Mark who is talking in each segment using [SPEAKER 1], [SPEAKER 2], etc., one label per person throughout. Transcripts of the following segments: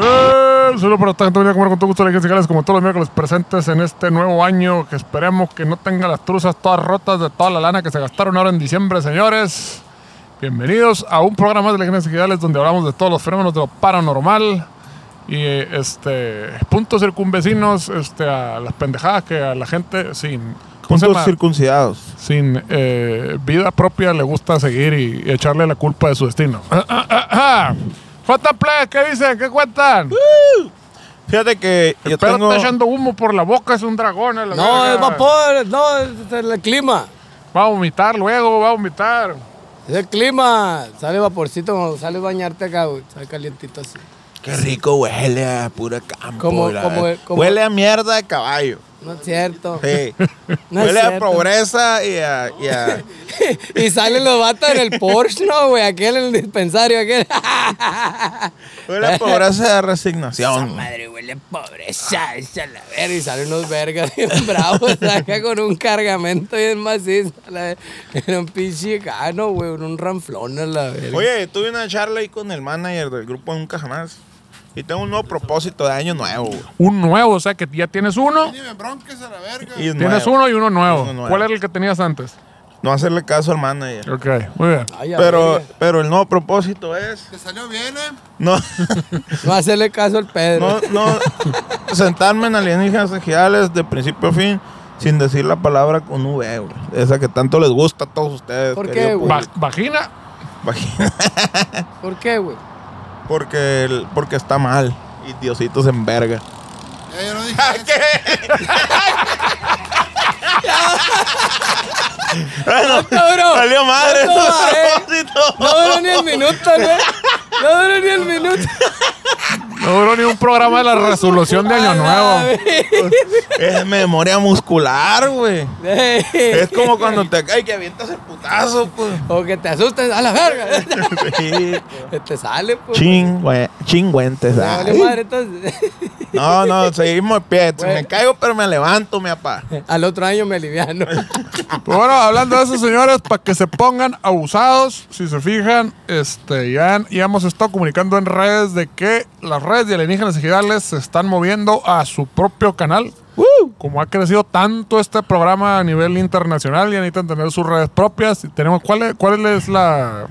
[SPEAKER 1] Eh, Solo para tanto voy a comer con todo gusto alegrías y gales, como todos los miércoles presentes en este nuevo año que esperemos que no tenga las truzas todas rotas de toda la lana que se gastaron ahora en diciembre, señores. Bienvenidos a un programa de alegrías y gales donde hablamos de todos los fenómenos de lo paranormal y eh, este puntos circunvecinos este, a las pendejadas que a la gente sin ¿cómo se
[SPEAKER 2] Puntos
[SPEAKER 1] llama?
[SPEAKER 2] circuncidados.
[SPEAKER 1] sin eh, vida propia le gusta seguir y, y echarle la culpa de su destino. J Play, ¿qué dicen? ¿Qué cuentan?
[SPEAKER 2] Fíjate que yo
[SPEAKER 1] Pero
[SPEAKER 2] tengo...
[SPEAKER 1] está echando humo por la boca, es un dragón. a la
[SPEAKER 3] No,
[SPEAKER 1] verga.
[SPEAKER 3] es vapor, no, es el clima.
[SPEAKER 1] Va a vomitar luego, va a vomitar.
[SPEAKER 3] Es el clima. Sale vaporcito cuando sale bañarte acá, güey. Sale calientito así.
[SPEAKER 2] Qué rico huele a pura campo.
[SPEAKER 3] Como-
[SPEAKER 2] y la-
[SPEAKER 3] como- como-
[SPEAKER 2] Huele a mierda de caballo.
[SPEAKER 3] No es cierto.
[SPEAKER 2] Sí.
[SPEAKER 3] No es
[SPEAKER 2] huele a
[SPEAKER 3] cierto.
[SPEAKER 2] progresa y a... y a-
[SPEAKER 3] y salen los vatos en el Porsche, ¿no, güey? Aquel en el dispensario, aquel.
[SPEAKER 2] huele a progresa de resignación.
[SPEAKER 3] Madre, huele a pobreza, esa la verga. Y salen unos vergas bien bravos acá con un cargamento bien macizo. a la verga. Era un pinche gano, güey, un ranflón a la verga.
[SPEAKER 2] Oye, tuve una charla ahí con el manager del grupo Nunca Jamás. Y tengo un nuevo propósito de año nuevo. güey.
[SPEAKER 1] Un nuevo, o sea que ya tienes uno,
[SPEAKER 2] Y es
[SPEAKER 1] tienes
[SPEAKER 2] nuevo.
[SPEAKER 1] uno y uno nuevo.
[SPEAKER 2] Uno nuevo.
[SPEAKER 1] ¿Cuál era el que tenías antes?
[SPEAKER 2] No hacerle caso al manager.
[SPEAKER 1] Ok, muy bien.
[SPEAKER 3] Ay, a
[SPEAKER 2] Pero,
[SPEAKER 3] verga.
[SPEAKER 2] pero el nuevo propósito es...
[SPEAKER 4] Te salió bien, ¿eh?
[SPEAKER 2] No...
[SPEAKER 3] No hacerle caso al Pedro.
[SPEAKER 2] No, no. Sentarme en alienígenas ejidales de principio a fin sin decir la palabra con V, güey. Esa que tanto les gusta a todos ustedes.
[SPEAKER 3] ¿Por
[SPEAKER 2] querido
[SPEAKER 3] qué, güey?
[SPEAKER 1] Va-
[SPEAKER 2] público.
[SPEAKER 1] vagina,
[SPEAKER 2] Vagina.
[SPEAKER 3] ¿Por qué, güey?
[SPEAKER 2] Porque, el- porque está mal. Y Diosito se enverga.
[SPEAKER 4] Ya yo no dije eso.
[SPEAKER 2] Bueno,
[SPEAKER 3] cabrón.
[SPEAKER 2] salió madre
[SPEAKER 3] No,
[SPEAKER 2] su
[SPEAKER 3] eh.
[SPEAKER 2] propósito.
[SPEAKER 3] No duró ni el minuto, ¿no? No duró ni el minuto.
[SPEAKER 1] no duró ni un programa de la resolución de Año Nuevo.
[SPEAKER 2] Es memoria muscular, güey. Es
[SPEAKER 3] Nuevo.
[SPEAKER 2] como cuando te cae que avientas el putazo, pues.
[SPEAKER 3] O que te asustes a la verga.
[SPEAKER 2] Sí.
[SPEAKER 3] Que te sale, pues.
[SPEAKER 2] Chingüe- chingüentes.
[SPEAKER 3] Ya
[SPEAKER 2] ay.
[SPEAKER 3] valió madre, entonces.
[SPEAKER 2] No, no, seguimos de pie.
[SPEAKER 3] Güey.
[SPEAKER 2] Me caigo, pero me levanto, mi papá.
[SPEAKER 1] Eh,
[SPEAKER 3] Al otro año me aliviano.
[SPEAKER 1] Pues bueno, hablando de eso, señores, para que se pongan abusados, si se fijan, este, ya, han- ya hemos estado comunicando en redes de que las redes de alienígenas ejidales se están moviendo a su propio canal. Como ha crecido tanto este programa a nivel internacional, ya necesitan tener sus redes propias. Y tenemos, ¿cuál es, cuál es la...?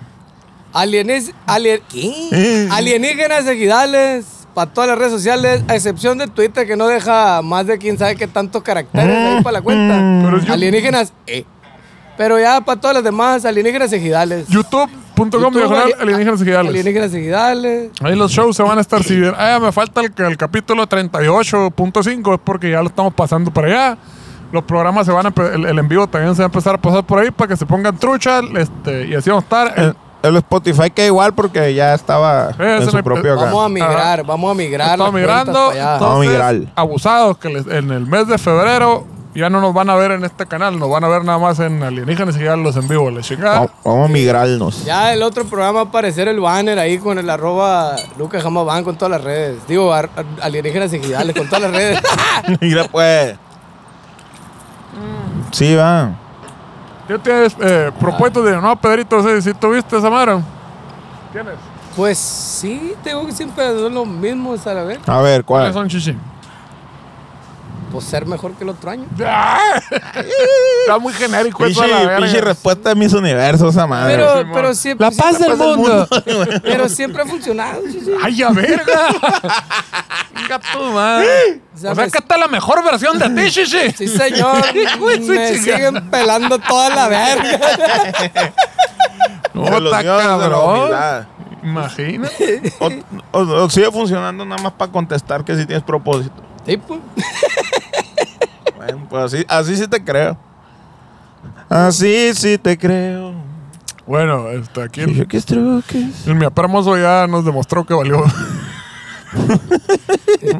[SPEAKER 3] Alienis, alien, ¿qué? Alienígenas seguidales para todas las redes sociales, a excepción de Twitter que no deja más de quién sabe qué tantos caracteres ahí para la cuenta.
[SPEAKER 1] Pero es yo-
[SPEAKER 3] alienígenas, eh. Pero ya para todas las demás, alienígenas ejidales.
[SPEAKER 1] YouTube.com
[SPEAKER 3] YouTube,
[SPEAKER 1] diagonal
[SPEAKER 3] ali-
[SPEAKER 1] alienígenas ejidales.
[SPEAKER 3] Alienígenas ejidales.
[SPEAKER 1] Ahí los shows se van a estar siguiendo. Ah, me falta el, el capítulo 38.5, es porque ya lo estamos pasando para allá. Los programas se van a empe- el, el en vivo también se va a empezar a pasar por ahí para que se pongan trucha, este, y así vamos a estar.
[SPEAKER 2] El, el Spotify queda igual porque ya estaba
[SPEAKER 1] Eh, se
[SPEAKER 2] en
[SPEAKER 1] le-
[SPEAKER 2] su propio acá.
[SPEAKER 3] Vamos a migrar, vamos a migrar.
[SPEAKER 1] Estamos
[SPEAKER 3] las cuentas
[SPEAKER 1] migrando.
[SPEAKER 3] para allá.
[SPEAKER 2] Vamos a
[SPEAKER 1] entonces,
[SPEAKER 2] migrar.
[SPEAKER 1] abusados que les- en el mes de febrero ya no nos van a ver en este canal, nos van a ver nada más en Alienígenas y ya los en vivo, les chingada.
[SPEAKER 2] Va- Vamos a migrarnos.
[SPEAKER 3] Ya el otro programa va a aparecer el banner ahí con el arroba Lucas Jama Van con todas las redes. Digo, ar- ar- alienígenas ejidales con todas las redes.
[SPEAKER 2] Mira, pues.
[SPEAKER 1] Mm.
[SPEAKER 2] Sí, va.
[SPEAKER 1] ¿Qué tienes eh, propuestas de no, Pedrito, si, tuviste esa madre? ¿Tienes?
[SPEAKER 3] pues sí, tengo que siempre hacer lo mismo, ¿sabes? A ver,
[SPEAKER 2] A ver,
[SPEAKER 1] ¿Cuáles
[SPEAKER 2] ¿cuál?
[SPEAKER 1] son chichi?
[SPEAKER 3] Pues ser mejor que el otro año.
[SPEAKER 1] Está muy genérico eso a la
[SPEAKER 2] Pinche
[SPEAKER 1] verga.
[SPEAKER 2] pinche respuesta de mis universos, esa madre.
[SPEAKER 3] Pero,
[SPEAKER 1] Simón.
[SPEAKER 3] pero siempre.
[SPEAKER 2] La paz
[SPEAKER 3] siempre-
[SPEAKER 2] del mundo.
[SPEAKER 3] Pero siempre ha funcionado. sí, sí.
[SPEAKER 1] ¡Ay, a verga! Venga tu madre.
[SPEAKER 3] O sea,
[SPEAKER 1] O sea,
[SPEAKER 3] pues-
[SPEAKER 1] que esta es la mejor versión de ti, Shishi.
[SPEAKER 3] Sí, señor.
[SPEAKER 1] Hijo de su
[SPEAKER 3] Me
[SPEAKER 1] chingada.
[SPEAKER 3] siguen pelando toda la verga.
[SPEAKER 1] No,
[SPEAKER 2] De los
[SPEAKER 1] está
[SPEAKER 2] dioses de la
[SPEAKER 1] cabrón.
[SPEAKER 2] humildad.
[SPEAKER 1] Imagínate.
[SPEAKER 2] O, o- o sigue funcionando nada más para contestar que si tienes propósito.
[SPEAKER 3] Sí, pues.
[SPEAKER 2] Bueno, pues así, así sí te creo. Así sí te creo.
[SPEAKER 1] Bueno, este, aquí
[SPEAKER 2] Y
[SPEAKER 1] el,
[SPEAKER 2] yo, ¿Qué truques?
[SPEAKER 1] el mi hermoso ya nos demostró que valió.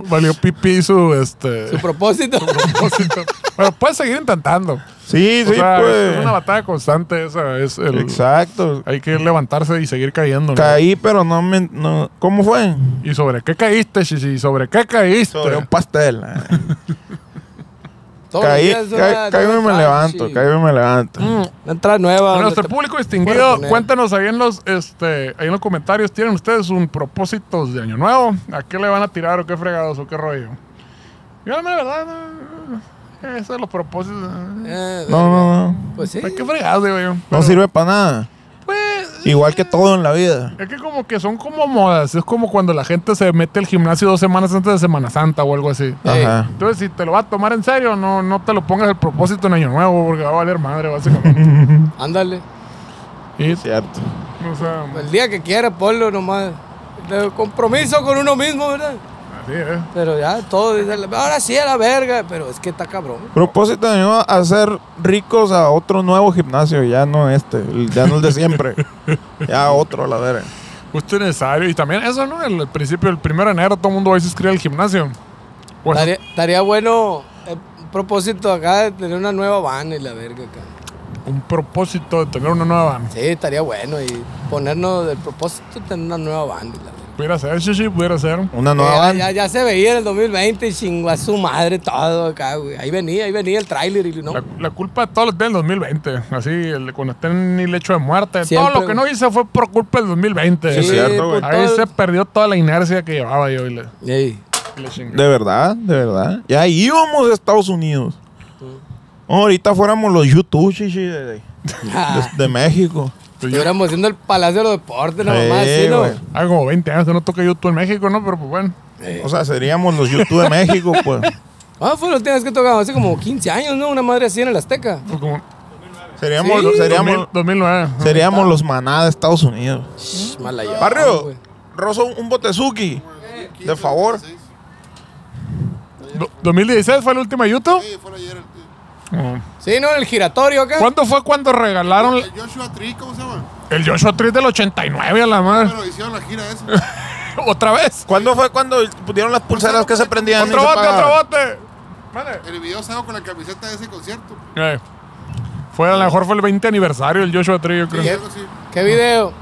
[SPEAKER 1] Valió pipí su, este,
[SPEAKER 3] Su propósito.
[SPEAKER 1] propósito. Pero puedes seguir intentando.
[SPEAKER 2] Sí,
[SPEAKER 1] O
[SPEAKER 2] sí,
[SPEAKER 1] sea,
[SPEAKER 2] pues.
[SPEAKER 1] Es una batalla constante esa. Es el,
[SPEAKER 2] Exacto.
[SPEAKER 1] Hay que levantarse y seguir cayendo. ¿no?
[SPEAKER 2] Caí, pero no me. No. ¿Cómo fue?
[SPEAKER 1] ¿Y sobre qué caíste, Shishi? ¿Sobre qué caíste?
[SPEAKER 2] Sobre un pastel. ah.
[SPEAKER 3] Todos los
[SPEAKER 2] caí,
[SPEAKER 3] días es
[SPEAKER 2] ca-
[SPEAKER 3] una-
[SPEAKER 2] caigo y me
[SPEAKER 3] una-
[SPEAKER 2] levanto,
[SPEAKER 3] sí.
[SPEAKER 2] caigo y me levanto.
[SPEAKER 3] Una entrada nueva.
[SPEAKER 1] A
[SPEAKER 3] donde
[SPEAKER 1] nuestro
[SPEAKER 3] te-
[SPEAKER 1] público
[SPEAKER 3] Bueno,
[SPEAKER 1] distinguido,
[SPEAKER 3] poner-
[SPEAKER 1] cuéntenos ahí en los este, ahí en los comentarios, ¿tienen ustedes un propósitos de año nuevo? ¿A qué le van a tirar o qué fregados o qué rollo? Yo la verdad, no, esos son los propósitos. eh,
[SPEAKER 3] Eh,
[SPEAKER 2] No, no, no.
[SPEAKER 3] Pues sí.
[SPEAKER 1] ¿Para qué fregados, digo yo?
[SPEAKER 2] No
[SPEAKER 1] Pero,
[SPEAKER 2] sirve para nada.
[SPEAKER 1] Pues,
[SPEAKER 2] Igual que todo en la vida.
[SPEAKER 1] es que como que son como modas, es como cuando la gente se mete al gimnasio dos semanas antes de Semana Santa o algo así.
[SPEAKER 3] Ey.
[SPEAKER 2] Ajá.
[SPEAKER 1] Entonces, si te lo vas a tomar en serio, no, no te lo pongas el propósito en año nuevo, porque va a valer madre, básicamente.
[SPEAKER 3] Ándale.
[SPEAKER 1] y,
[SPEAKER 2] Cierto.
[SPEAKER 1] o sea,
[SPEAKER 3] El día que quiera, ponlo nomás. De compromiso con uno mismo, ¿verdad?
[SPEAKER 1] así ¿eh? es.
[SPEAKER 3] Pero ya, todo. dice, Ahora sí a la verga. Pero es que está cabrón.
[SPEAKER 2] Propósito de nuevo, hacer ricos a otro nuevo gimnasio, ya no este, el- ya no el de siempre. ya otro, a la verga.
[SPEAKER 1] Justo y necesario. Y también eso, ¿no? El, el principio, el primero de enero, todo el mundo va y se inscribe al gimnasio. Pues,
[SPEAKER 3] Estaría, estaría bueno eh, un propósito acá de tener una nueva van y la verga acá.
[SPEAKER 1] un propósito de tener una nueva van.
[SPEAKER 3] Sí, estaría bueno y ponernos el propósito de tener una nueva van y la verga.
[SPEAKER 1] Pudiera ser, sí, sí, pudiera ser.
[SPEAKER 2] Una
[SPEAKER 3] Eh,
[SPEAKER 2] nueva
[SPEAKER 3] ya,
[SPEAKER 2] banda.
[SPEAKER 3] ya se veía en el 2020 y chingó a su madre todo acá, güey. Ahí venía, ahí venía el tráiler y no.
[SPEAKER 1] La, la culpa de todo lo del 2020. Así, el- cuando estén en el lecho de muerte.
[SPEAKER 3] Siempre,
[SPEAKER 1] todo lo que no
[SPEAKER 3] güey.
[SPEAKER 1] hice fue por culpa del 2020.
[SPEAKER 2] es cierto,
[SPEAKER 3] pues,
[SPEAKER 2] güey.
[SPEAKER 1] Ahí
[SPEAKER 3] todo-
[SPEAKER 1] se perdió toda la inercia que llevaba yo y le,
[SPEAKER 3] Ey,
[SPEAKER 1] y le chingué.
[SPEAKER 2] De verdad, de verdad. Ya íbamos a Estados Unidos. Ahorita fuéramos los YouTube, chichi, de, de-
[SPEAKER 3] ah,
[SPEAKER 2] de México.
[SPEAKER 3] Estuviéramos haciendo el Palacio de los Deportes, nomás,
[SPEAKER 2] Eh,
[SPEAKER 3] sí, ¿no?
[SPEAKER 2] güey.
[SPEAKER 1] Hace como 20 años que no toqué YouTube en México, ¿no? Pero pues bueno.
[SPEAKER 2] O sea, seríamos los YouTube de México, pues.
[SPEAKER 3] ¿Cuándo Ah, fue la última vez que tocamos? Hace como 15 años, ¿no? Una madre así en el Azteca.
[SPEAKER 1] Pues como
[SPEAKER 2] Seríamos,
[SPEAKER 3] Sí.
[SPEAKER 1] 2000,
[SPEAKER 2] los- seríamos,
[SPEAKER 1] 2009. ¿no?
[SPEAKER 2] seríamos los maná de Estados Unidos.
[SPEAKER 3] Shh, mala yo.
[SPEAKER 2] Barrio,
[SPEAKER 3] güey.
[SPEAKER 2] rozo un botezuki. De favor.
[SPEAKER 1] Do- 2016 fue la última YouTube.
[SPEAKER 4] Sí, fue ayer. el-
[SPEAKER 1] Oh.
[SPEAKER 3] Sí, ¿no? En el giratorio acá.
[SPEAKER 1] ¿Cuándo fue cuando regalaron
[SPEAKER 4] el Joshua Tree, ¿cómo se llama?
[SPEAKER 1] El Joshua Tree del 89 a la madre.
[SPEAKER 4] Pero hicieron la gira esa.
[SPEAKER 1] Otra vez.
[SPEAKER 2] ¿Cuándo fue cuando pusieron las pulseras que se prendían? y
[SPEAKER 1] Otro
[SPEAKER 2] se
[SPEAKER 1] bote, otro
[SPEAKER 2] apagaban?
[SPEAKER 1] bote. Vale.
[SPEAKER 4] El video se hago con la camiseta de ese concierto.
[SPEAKER 1] Eh, Fue a lo mejor fue el 20 aniversario del Joshua Tree, yo
[SPEAKER 4] Sí,
[SPEAKER 1] creo.
[SPEAKER 4] algo así.
[SPEAKER 3] ¿Qué video?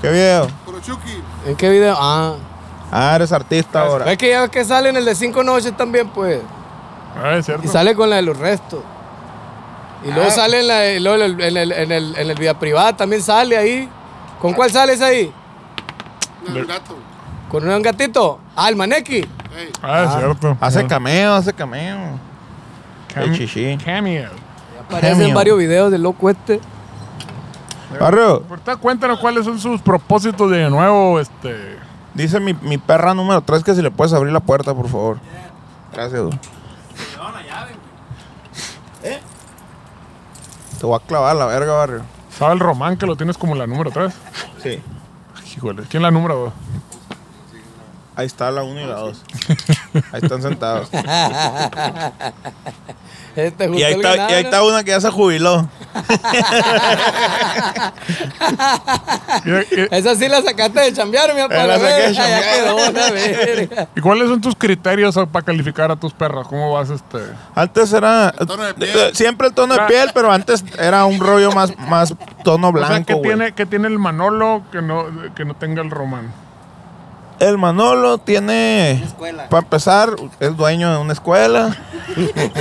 [SPEAKER 2] Qué video.
[SPEAKER 4] Pero Chucky,
[SPEAKER 3] ¿En qué video? Ah.
[SPEAKER 2] Ah, eres artista ahora.
[SPEAKER 3] Es que ya que sale en el de cinco noches también, pues.
[SPEAKER 1] Ah, es cierto.
[SPEAKER 3] Y sale con la de los restos. Y luego sale en, la, y luego en el, en, el, en, el, en el Vida Privada, también sale ahí. ¿Con cuál sales ahí?
[SPEAKER 4] no, el gato.
[SPEAKER 3] ¿Con un gatito? Ah, el Maneki.
[SPEAKER 4] Ey,
[SPEAKER 1] Ah, es cierto.
[SPEAKER 2] Hace
[SPEAKER 1] Ah.
[SPEAKER 2] cameo, hace cameo.
[SPEAKER 1] Cam-
[SPEAKER 2] El chichi.
[SPEAKER 1] Cameo.
[SPEAKER 3] Aparecen
[SPEAKER 2] Genio.
[SPEAKER 3] varios videos del loco este.
[SPEAKER 2] Barrio,
[SPEAKER 1] Por tal, cuéntanos cuáles son sus propósitos de nuevo, este.
[SPEAKER 2] dice mi, mi perra número 3 que si le puedes abrir la puerta, por favor. Gracias, güey. Te voy a clavar la verga, barrio.
[SPEAKER 1] ¿Sabe el Román que lo tienes como la número 3?
[SPEAKER 2] Sí.
[SPEAKER 1] Híjole, ¿quién la número
[SPEAKER 2] Ahí está la 1 y
[SPEAKER 4] Ah,
[SPEAKER 2] la 2. Ahí están sentados.
[SPEAKER 3] Este justo
[SPEAKER 2] Y ahí,
[SPEAKER 3] el
[SPEAKER 2] está,
[SPEAKER 3] ganado,
[SPEAKER 2] y ahí está
[SPEAKER 3] ¿no?
[SPEAKER 2] una que ya se jubiló.
[SPEAKER 1] 2? ¿Y, y-
[SPEAKER 3] Esa sí la sacaste de chambear, mi papá.
[SPEAKER 2] Eh,
[SPEAKER 3] La
[SPEAKER 2] la saqué de
[SPEAKER 3] verga, ya
[SPEAKER 2] chambear.
[SPEAKER 3] quedó una verga.
[SPEAKER 1] y cuáles son tus criterios para calificar a tus perras? ¿Cómo vas, este?
[SPEAKER 2] Antes era.
[SPEAKER 4] tono de piel.
[SPEAKER 2] de- de- siempre el tono de piel, pero antes era un rollo más, más tono
[SPEAKER 1] O sea,
[SPEAKER 2] blanco.
[SPEAKER 1] ¿qué
[SPEAKER 2] güey.
[SPEAKER 1] tiene, ¿qué tiene el Manolo que no, que no tenga el Román?
[SPEAKER 2] El Manolo tiene. Para empezar, es dueño de una escuela.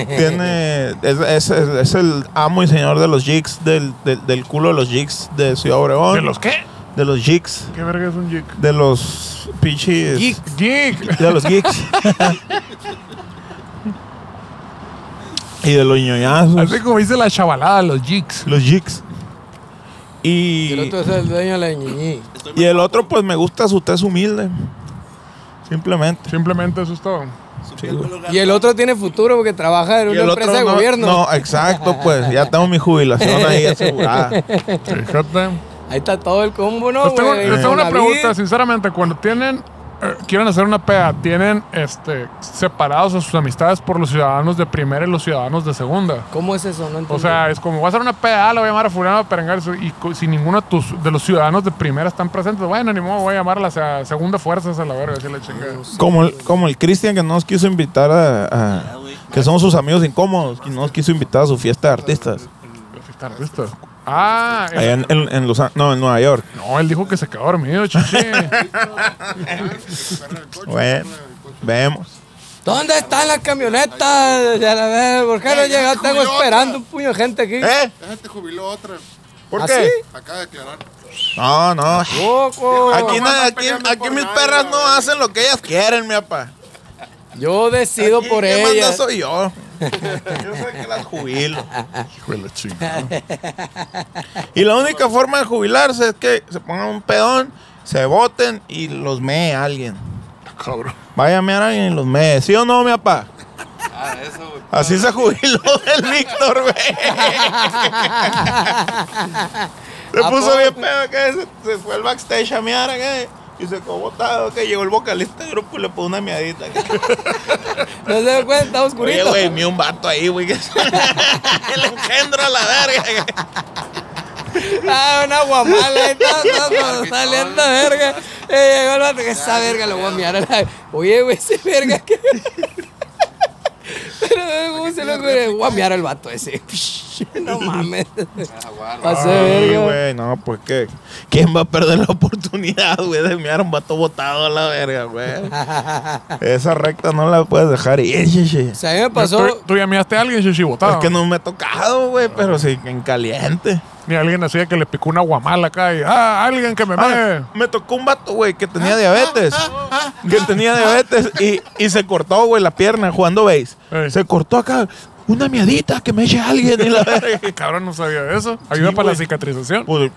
[SPEAKER 2] tiene. Es, es- es- es el amo y señor de los jigs, del, del, del culo de los jigs de Ciudad Obregón.
[SPEAKER 1] ¿De los qué?
[SPEAKER 2] De los jigs.
[SPEAKER 1] ¿Qué verga es un jig?
[SPEAKER 2] De los pinches.
[SPEAKER 3] Geek.
[SPEAKER 1] Jig.
[SPEAKER 2] De los geeks. y de los ñoñazos.
[SPEAKER 1] Así como dice la chavalada, los jigs.
[SPEAKER 2] Los jigs.
[SPEAKER 3] Y el
[SPEAKER 2] Y,
[SPEAKER 3] otro es el dueño de la ñiñi.
[SPEAKER 2] y el otro, pues me gusta su tez humilde. Simplemente.
[SPEAKER 1] Simplemente eso es todo.
[SPEAKER 2] sí, güey.
[SPEAKER 3] Y el otro tiene futuro porque trabaja en
[SPEAKER 2] Y
[SPEAKER 3] una
[SPEAKER 2] el
[SPEAKER 3] empresa de
[SPEAKER 2] no,
[SPEAKER 3] gobierno.
[SPEAKER 2] No, exacto, pues ya tengo mi jubilación ahí asegurada.
[SPEAKER 1] Fíjate.
[SPEAKER 3] Ahí está todo el combo, ¿no?
[SPEAKER 1] Les tengo,
[SPEAKER 3] güey?
[SPEAKER 1] les Pues tengo una
[SPEAKER 3] Infonavit.
[SPEAKER 1] pregunta, sinceramente. Cuando tienen eh, quieren hacer una peda, tienen este, separados a sus amistades por los ciudadanos de primera y los ciudadanos de segunda.
[SPEAKER 3] ¿Cómo es eso? No entiendo.
[SPEAKER 1] O sea, es como, voy a hacer una peda, ah, la voy a llamar a fulano, a perengar, y co- si ninguno de, tus, de los ciudadanos de primera están presentes, bueno, ni modo, voy a llamarlas a segunda fuerza, a la verga, así la chingada.
[SPEAKER 2] Como el, como el Cristian que no nos quiso invitar a, a- Que somos sus amigos incómodos, que no nos quiso invitar a su fiesta de artistas.
[SPEAKER 1] Fiesta de artistas. Ah, es-
[SPEAKER 2] Allá en, en- en los, no, en Nueva York.
[SPEAKER 1] no, él dijo que se quedó dormido, chichi.
[SPEAKER 2] Bueno, vemos.
[SPEAKER 3] ¿Dónde están las camionetas? Ya la ver, ¿Por qué no
[SPEAKER 4] Eh, ya
[SPEAKER 3] llegaste? Tengo
[SPEAKER 4] jubiló,
[SPEAKER 3] esperando
[SPEAKER 4] ya.
[SPEAKER 3] un puño de gente aquí.
[SPEAKER 2] ¿Eh?
[SPEAKER 4] Ya se te jubiló otra.
[SPEAKER 2] ¿Por
[SPEAKER 3] ¿Ah,
[SPEAKER 2] qué?
[SPEAKER 3] sí?
[SPEAKER 4] Acaba de aclarar.
[SPEAKER 2] No, no.
[SPEAKER 3] Loco.
[SPEAKER 2] Aquí,
[SPEAKER 4] no
[SPEAKER 2] no-
[SPEAKER 4] andan
[SPEAKER 2] aquí,
[SPEAKER 4] peleando
[SPEAKER 2] aquí
[SPEAKER 4] por
[SPEAKER 2] mis
[SPEAKER 4] nada,
[SPEAKER 2] perras no
[SPEAKER 4] güey.
[SPEAKER 2] hacen lo que ellas quieren, mi papá.
[SPEAKER 3] Yo decido
[SPEAKER 2] Aquí
[SPEAKER 3] por
[SPEAKER 2] el que
[SPEAKER 3] ella.
[SPEAKER 2] manda soy yo. Yo soy el que las jubilo.
[SPEAKER 1] Hijo de la chingada.
[SPEAKER 2] Y la única forma de jubilarse es que se pongan un pedón, se boten y los mee alguien.
[SPEAKER 1] Cabrón.
[SPEAKER 2] Vaya a mear a alguien y los mee. ¿Sí o no, mi papá?
[SPEAKER 3] Ah,
[SPEAKER 2] Así se jubiló el Víctor, güey. Se
[SPEAKER 3] ¿A
[SPEAKER 2] puso
[SPEAKER 3] poco?
[SPEAKER 2] bien pedo que se, se fue al backstage a mear acá, y se quedó botado que llegó el vocalista del grupo y le puso una miadita. acá.
[SPEAKER 3] No se da cuenta, está
[SPEAKER 2] Oye,
[SPEAKER 3] oscurito.
[SPEAKER 2] güey, vi un vato ahí, güey. que se- El engendro a la verga.
[SPEAKER 3] Ah, una guamala. ahí Está, está, está saliendo verga. Eh, llegó el vato, que Esa verga lo voy a mirar. a la- Oye, güey, ese verga que. Pero, eh, ¿cómo se lo ocurre? Voy a mirar al vato ese. No mames. Pasé
[SPEAKER 2] Ay,
[SPEAKER 3] verga.
[SPEAKER 2] güey, no, pues qué. ¿Quién va a perder la oportunidad, güey, de mirar un vato botado a la verga, güey? Esa recta no la puedes dejar ir, chichi.
[SPEAKER 3] O sea, a mí me
[SPEAKER 1] ¿Tú,
[SPEAKER 3] pasó.
[SPEAKER 1] tú ya miraste a alguien, chichi, botado?
[SPEAKER 2] Es que no me ha tocado, güey, pero sí en caliente.
[SPEAKER 1] Ni alguien hacía que le picó una guamala acá y, ah, alguien que me
[SPEAKER 2] Ah,
[SPEAKER 1] mame.
[SPEAKER 2] me tocó un vato, güey, que tenía diabetes. Que tenía diabetes y, y se cortó, güey, la pierna jugando base.
[SPEAKER 1] Ey.
[SPEAKER 2] Se cortó acá una miadita que me eche alguien y la verga.
[SPEAKER 1] Cabrón, no sabía de eso. Ayuda para la
[SPEAKER 2] güey.
[SPEAKER 1] cicatrización.
[SPEAKER 2] Pues,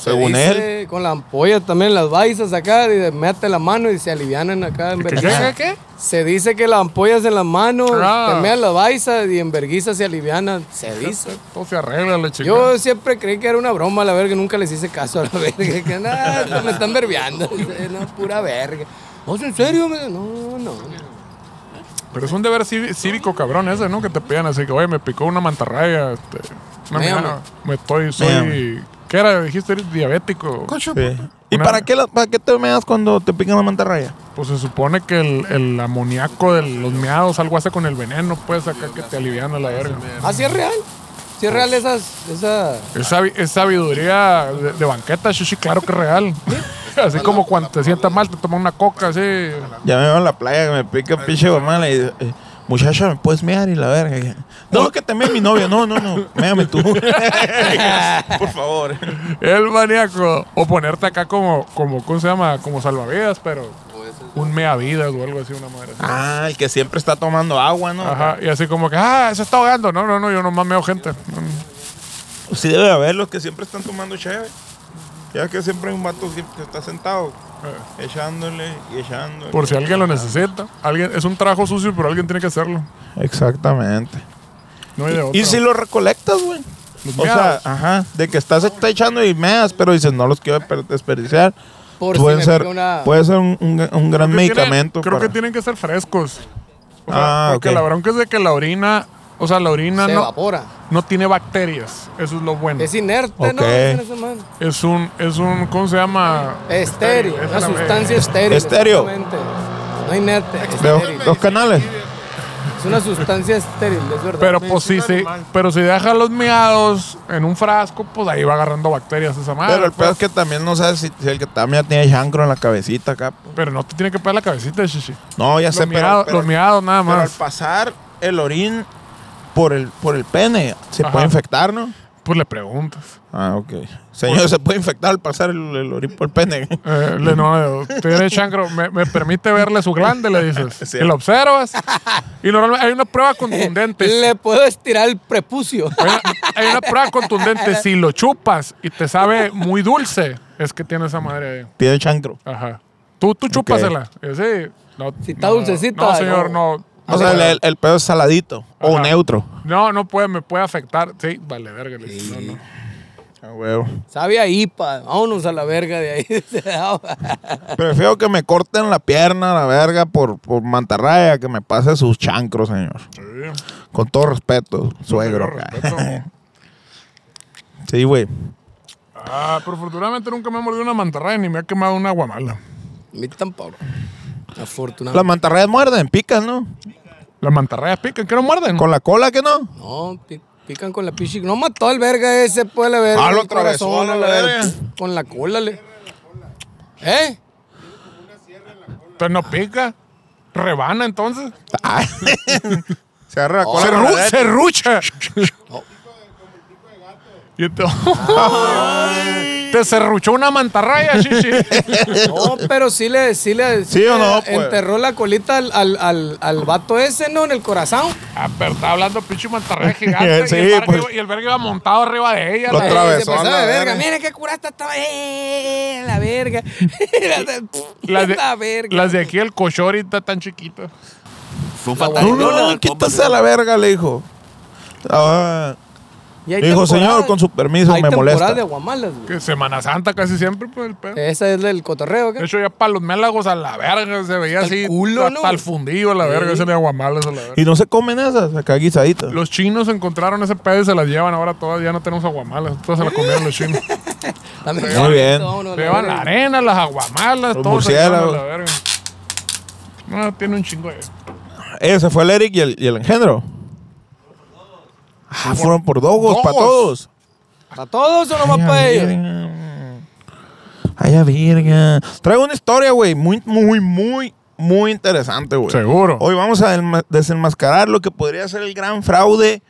[SPEAKER 2] según él.
[SPEAKER 3] Dice, Con la ampolla también, las baisas acá, dice, mete la mano y se alivianan acá en
[SPEAKER 1] ¿Qué,
[SPEAKER 3] verga.
[SPEAKER 1] qué, qué?
[SPEAKER 3] Se dice que las ampollas en las manos,
[SPEAKER 1] Ah.
[SPEAKER 3] te mean las baisas y en verguiza se alivianan. Se dice.
[SPEAKER 1] Todo se arregla, la chica.
[SPEAKER 3] Yo siempre creí que era una broma, la verga, nunca les hice caso a la verga. Que nada, no, me están verbeando. No, pura verga. No, ¿en serio? me- No, no.
[SPEAKER 1] Pero es un deber civi- cívico, cabrón, ese, ¿no? Que te pidan así que, oye, me picó una mantarraya. Este, una
[SPEAKER 3] Méame.
[SPEAKER 1] mira- me estoy, soy. ¿Qué era? Dijiste, eres diabético.
[SPEAKER 2] Sí. ¿Y
[SPEAKER 1] Una-
[SPEAKER 2] para qué, la- para qué te meas cuando te pican la mantarraya?
[SPEAKER 1] Pues se supone que el, el amoníaco de los meados, algo hace con el veneno, pues acá que te alivian a la verga.
[SPEAKER 3] Así Ah, es real. Sí es real esas, esa...
[SPEAKER 1] Es, sabi- es sabiduría de, de banqueta, Shishi, claro que es real. así como cuando te sientas mal, te tomas una coca, así.
[SPEAKER 2] Ya me veo en la playa que me pica un pinche guamala y eh, muchacha, ¿me puedes mear? Y la verga. Y, No, que te mee mi novia. No, no, no. Méame tú. Por favor.
[SPEAKER 1] El maníaco. O ponerte acá como, como ¿cómo se llama? Como salvavidas, pero un mea vidas o algo así, una madre. así.
[SPEAKER 2] Ah, el que siempre está tomando agua, ¿no?
[SPEAKER 1] Ajá, y así como que, ah, se está ahogando. No, no, no, yo nomás meo gente. No, no.
[SPEAKER 2] Sí debe haber los que siempre están tomando chévere. Ya que siempre hay un vato que que está sentado
[SPEAKER 1] Eh,
[SPEAKER 2] echándole y echándole.
[SPEAKER 1] Por si alguien lo necesita. alguien Es un trabajo sucio, pero alguien tiene que hacerlo.
[SPEAKER 2] Exactamente.
[SPEAKER 1] No hay de otra.
[SPEAKER 2] Y si lo recolectas, güey.
[SPEAKER 1] Los
[SPEAKER 2] O sea,
[SPEAKER 1] meados.
[SPEAKER 2] ajá, de que estás está echando y meas, pero dices, no los quiero per- desperdiciar.
[SPEAKER 3] Por si
[SPEAKER 2] Pueden
[SPEAKER 3] me
[SPEAKER 2] ser,
[SPEAKER 3] pica una-
[SPEAKER 2] puede ser un, un- un gran
[SPEAKER 1] Creo que tienen-
[SPEAKER 2] medicamento.
[SPEAKER 1] creo que
[SPEAKER 2] para-
[SPEAKER 1] tienen que ser frescos. O
[SPEAKER 2] Ah,
[SPEAKER 1] sea, porque
[SPEAKER 2] ok.
[SPEAKER 1] la bronca es de que la orina, o sea, la orina
[SPEAKER 3] se
[SPEAKER 1] no,
[SPEAKER 3] evapora.
[SPEAKER 1] no tiene bacterias. Eso es lo bueno.
[SPEAKER 3] Es
[SPEAKER 1] Es,
[SPEAKER 3] inerte, ¿no?
[SPEAKER 2] Ok.
[SPEAKER 3] Dicen esa madre.
[SPEAKER 1] un, es un, ¿cómo se llama?
[SPEAKER 3] Eh, Estéreo,
[SPEAKER 1] Estéril,
[SPEAKER 3] una
[SPEAKER 1] es la-
[SPEAKER 3] sustancia estéril.
[SPEAKER 2] Estéreo.
[SPEAKER 3] exactamente. No inerte,
[SPEAKER 2] Veo
[SPEAKER 3] estéril.
[SPEAKER 2] dos canales.
[SPEAKER 3] Es una sustancia estéril, es verdad.
[SPEAKER 1] Pero
[SPEAKER 3] Sí.
[SPEAKER 1] pues sí, sí, pero si dejas los miados en un frasco, pues ahí va agarrando bacterias esa madre.
[SPEAKER 2] Pero el
[SPEAKER 1] pues.
[SPEAKER 2] peor es que también no sabes si, si el que también tiene chancro en la cabecita acá.
[SPEAKER 1] Pero no te tiene que pegar la cabecita, Shishi.
[SPEAKER 2] No, ya
[SPEAKER 1] Los
[SPEAKER 2] sé, pero-
[SPEAKER 1] miados,
[SPEAKER 2] pero,
[SPEAKER 1] los miados nada
[SPEAKER 2] pero al
[SPEAKER 1] más.
[SPEAKER 2] pasar el orín por el, por el pene, se
[SPEAKER 1] Ajá.
[SPEAKER 2] puede infectar, ¿no?
[SPEAKER 1] Pues le preguntas.
[SPEAKER 2] Ah, ok.
[SPEAKER 1] Pues
[SPEAKER 2] Señor, se puede infectar al pasar el, el orín por el pene.
[SPEAKER 1] Eh, le no, tiene chancro, me, me permite verle su glande, le dices.
[SPEAKER 2] Sí.
[SPEAKER 1] Y lo observas. Y normalmente hay una prueba contundente.
[SPEAKER 3] Le puedo estirar el prepucio.
[SPEAKER 1] Hay una, hay una prueba contundente. Si lo chupas y te sabe muy dulce, es que tiene esa madre ahí.
[SPEAKER 2] Tiene chancro.
[SPEAKER 1] Ajá. Tú, tú chúpasela. Y así, no,
[SPEAKER 3] Si está
[SPEAKER 1] no,
[SPEAKER 3] dulcecita,
[SPEAKER 1] No, señor,
[SPEAKER 3] no.
[SPEAKER 1] no.
[SPEAKER 2] O sea, el, el- el pedo es saladito o
[SPEAKER 1] Ah, pues, Ajá.
[SPEAKER 2] neutro.
[SPEAKER 1] No, no puede, me puede afectar. Sí, vale, verga. le dices, No, no.
[SPEAKER 2] A huevo.
[SPEAKER 3] Sabe a IPA. Vámonos a la verga de ahí.
[SPEAKER 2] Prefiero que me corten la pierna, la verga, por, por mantarraya, que me pase sus chancros, señor. Con todo respeto, suegro.
[SPEAKER 1] todo respeto.
[SPEAKER 2] sí, güey.
[SPEAKER 1] Ah, pero afortunadamente nunca me ha mordido una mantarraya ni me ha quemado una guamala.
[SPEAKER 3] A mí tampoco.
[SPEAKER 2] Las
[SPEAKER 3] Afortunadamente.
[SPEAKER 2] mantarrayas muerden, pican, ¿no?
[SPEAKER 1] Las mantarrayas pican, que no muerden.
[SPEAKER 2] Con la cola, que no?
[SPEAKER 3] No, pi- pican con la pichi. No mató al verga ese, pues, la verga.
[SPEAKER 2] Ah, lo
[SPEAKER 3] el corazón,
[SPEAKER 2] atravesó, la verga.
[SPEAKER 3] Con la cola, le. ¿Eh?
[SPEAKER 1] Entonces no pica. Rebana entonces.
[SPEAKER 2] Ay. se agarra la cola.
[SPEAKER 1] se,
[SPEAKER 2] con la
[SPEAKER 1] ru-
[SPEAKER 2] derecha.
[SPEAKER 1] se rucha.
[SPEAKER 2] Oh.
[SPEAKER 1] Y te, te serruchó una mantarraya, chichi.
[SPEAKER 3] No, pero sí le, sí le,
[SPEAKER 2] ¿Sí o no,
[SPEAKER 3] le
[SPEAKER 2] pues?
[SPEAKER 3] enterró la colita al, al, al, al vato ese, ¿no? En el corazón.
[SPEAKER 1] ah, pero está hablando pinche mantarraya gigante.
[SPEAKER 2] Sí,
[SPEAKER 1] y, el verga
[SPEAKER 2] pues.
[SPEAKER 1] iba- y el verga iba montado arriba de ella.
[SPEAKER 2] Lo
[SPEAKER 1] la-
[SPEAKER 2] tra- Atravesó
[SPEAKER 3] Se pasaba
[SPEAKER 2] la
[SPEAKER 3] de verga.
[SPEAKER 2] verga.
[SPEAKER 3] Mira qué curasta estaba. Eh, la verga. la,
[SPEAKER 1] las, de,
[SPEAKER 3] verga.
[SPEAKER 1] las de aquí, el cochó ahorita tan chiquito.
[SPEAKER 5] Fue un
[SPEAKER 3] La
[SPEAKER 5] fatal.
[SPEAKER 2] No, no, quítase a la verga, le dijo. Ah,
[SPEAKER 3] Y hay
[SPEAKER 2] le dijo,
[SPEAKER 3] temporada-
[SPEAKER 2] señor, con su permiso,
[SPEAKER 3] hay
[SPEAKER 2] me
[SPEAKER 3] temporada
[SPEAKER 2] molesta.
[SPEAKER 3] de guamalas, güey.
[SPEAKER 1] Que Semana Santa casi siempre, pues el pedo.
[SPEAKER 3] Esa es del cotorreo, ¿qué?
[SPEAKER 1] De hecho, ya para los mélagos a la verga se veía
[SPEAKER 3] Hasta el
[SPEAKER 1] así.
[SPEAKER 3] culo,
[SPEAKER 1] hasta
[SPEAKER 3] ¿no?
[SPEAKER 1] el fundillo a la verga,
[SPEAKER 3] Sí.
[SPEAKER 1] ese de aguamales a la verga.
[SPEAKER 2] Y no se comen esas, acá guisaditas.
[SPEAKER 1] Los chinos encontraron ese pedo y se las llevan ahora todas. Ya no tenemos aguamalas. Todas se las comieron los chinos.
[SPEAKER 3] Dame
[SPEAKER 2] Muy
[SPEAKER 3] chance,
[SPEAKER 2] bien.
[SPEAKER 3] vámonos,
[SPEAKER 1] Se
[SPEAKER 3] la
[SPEAKER 1] llevan la
[SPEAKER 3] verga.
[SPEAKER 1] arena, las aguamalas,
[SPEAKER 2] Los
[SPEAKER 1] todo. se llevan a
[SPEAKER 2] murciélagos.
[SPEAKER 1] la verga. No, tiene un chingo de.
[SPEAKER 2] Ese Eh, fue el Eric y el, y el engendro. Ah, fueron por dogos, para todos.
[SPEAKER 3] ¿Para todos o nomás para
[SPEAKER 2] Ay, a
[SPEAKER 3] ellos?
[SPEAKER 2] verga. Ay, a verga. Traigo una historia, güey, muy, muy, muy, muy interesante, güey.
[SPEAKER 1] Seguro.
[SPEAKER 2] Hoy vamos a desma- desenmascarar lo que podría ser el gran fraude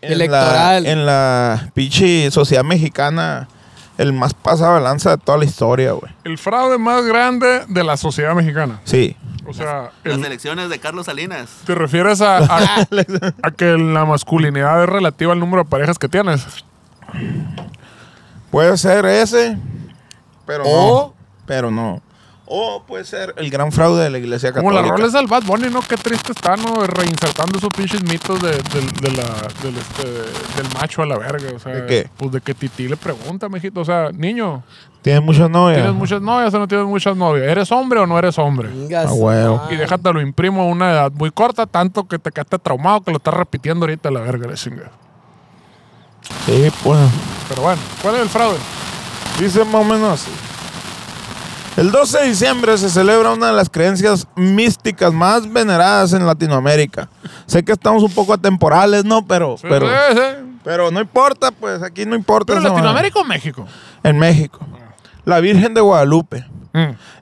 [SPEAKER 3] Electoral.
[SPEAKER 2] La, en la pinche sociedad mexicana, el más pasado de lanza de toda la historia, güey.
[SPEAKER 1] El fraude más grande de la sociedad mexicana.
[SPEAKER 2] Sí.
[SPEAKER 1] O sea,
[SPEAKER 5] Las
[SPEAKER 1] el-
[SPEAKER 5] elecciones de Carlos Salinas.
[SPEAKER 1] ¿te refieres a, a- a que la masculinidad es relativa al número de parejas que tienes?
[SPEAKER 2] Puede ser ese, pero
[SPEAKER 3] O-
[SPEAKER 2] no. Pero no. O puede ser el gran fraude de la iglesia
[SPEAKER 1] Como
[SPEAKER 2] católica.
[SPEAKER 1] las roles del Bad Bunny, ¿no? Qué triste está, ¿no? Reinsertando esos pinches mitos de, del- de la- del, este, del macho a la verga. O sea,
[SPEAKER 2] ¿De qué?
[SPEAKER 1] Pues de que Titi le pregunta, mijito. O sea, niño,
[SPEAKER 2] Tienen muchas novias.
[SPEAKER 1] ¿tienes muchas novias o no tienes muchas novias? ¿Eres hombre o no eres hombre?
[SPEAKER 3] Vengas.
[SPEAKER 2] Ah, huevo.
[SPEAKER 1] Y déjate lo imprimo a una edad muy corta, tanto que te quedaste traumado que lo estás repitiendo ahorita a la verga, la chingada.
[SPEAKER 2] Sí, pues.
[SPEAKER 1] Pero bueno, ¿cuál es el fraude?
[SPEAKER 2] Dice más o menos así. El 12 de diciembre se celebra una de las creencias místicas más veneradas en Latinoamérica. Sé que estamos un poco atemporales, ¿no? Pero, pero,
[SPEAKER 1] Sí, sí.
[SPEAKER 2] pero no importa, pues aquí no importa.
[SPEAKER 1] ¿Pero en
[SPEAKER 2] esa madre.
[SPEAKER 1] Latinoamérica o México?
[SPEAKER 2] En México. La Virgen de Guadalupe.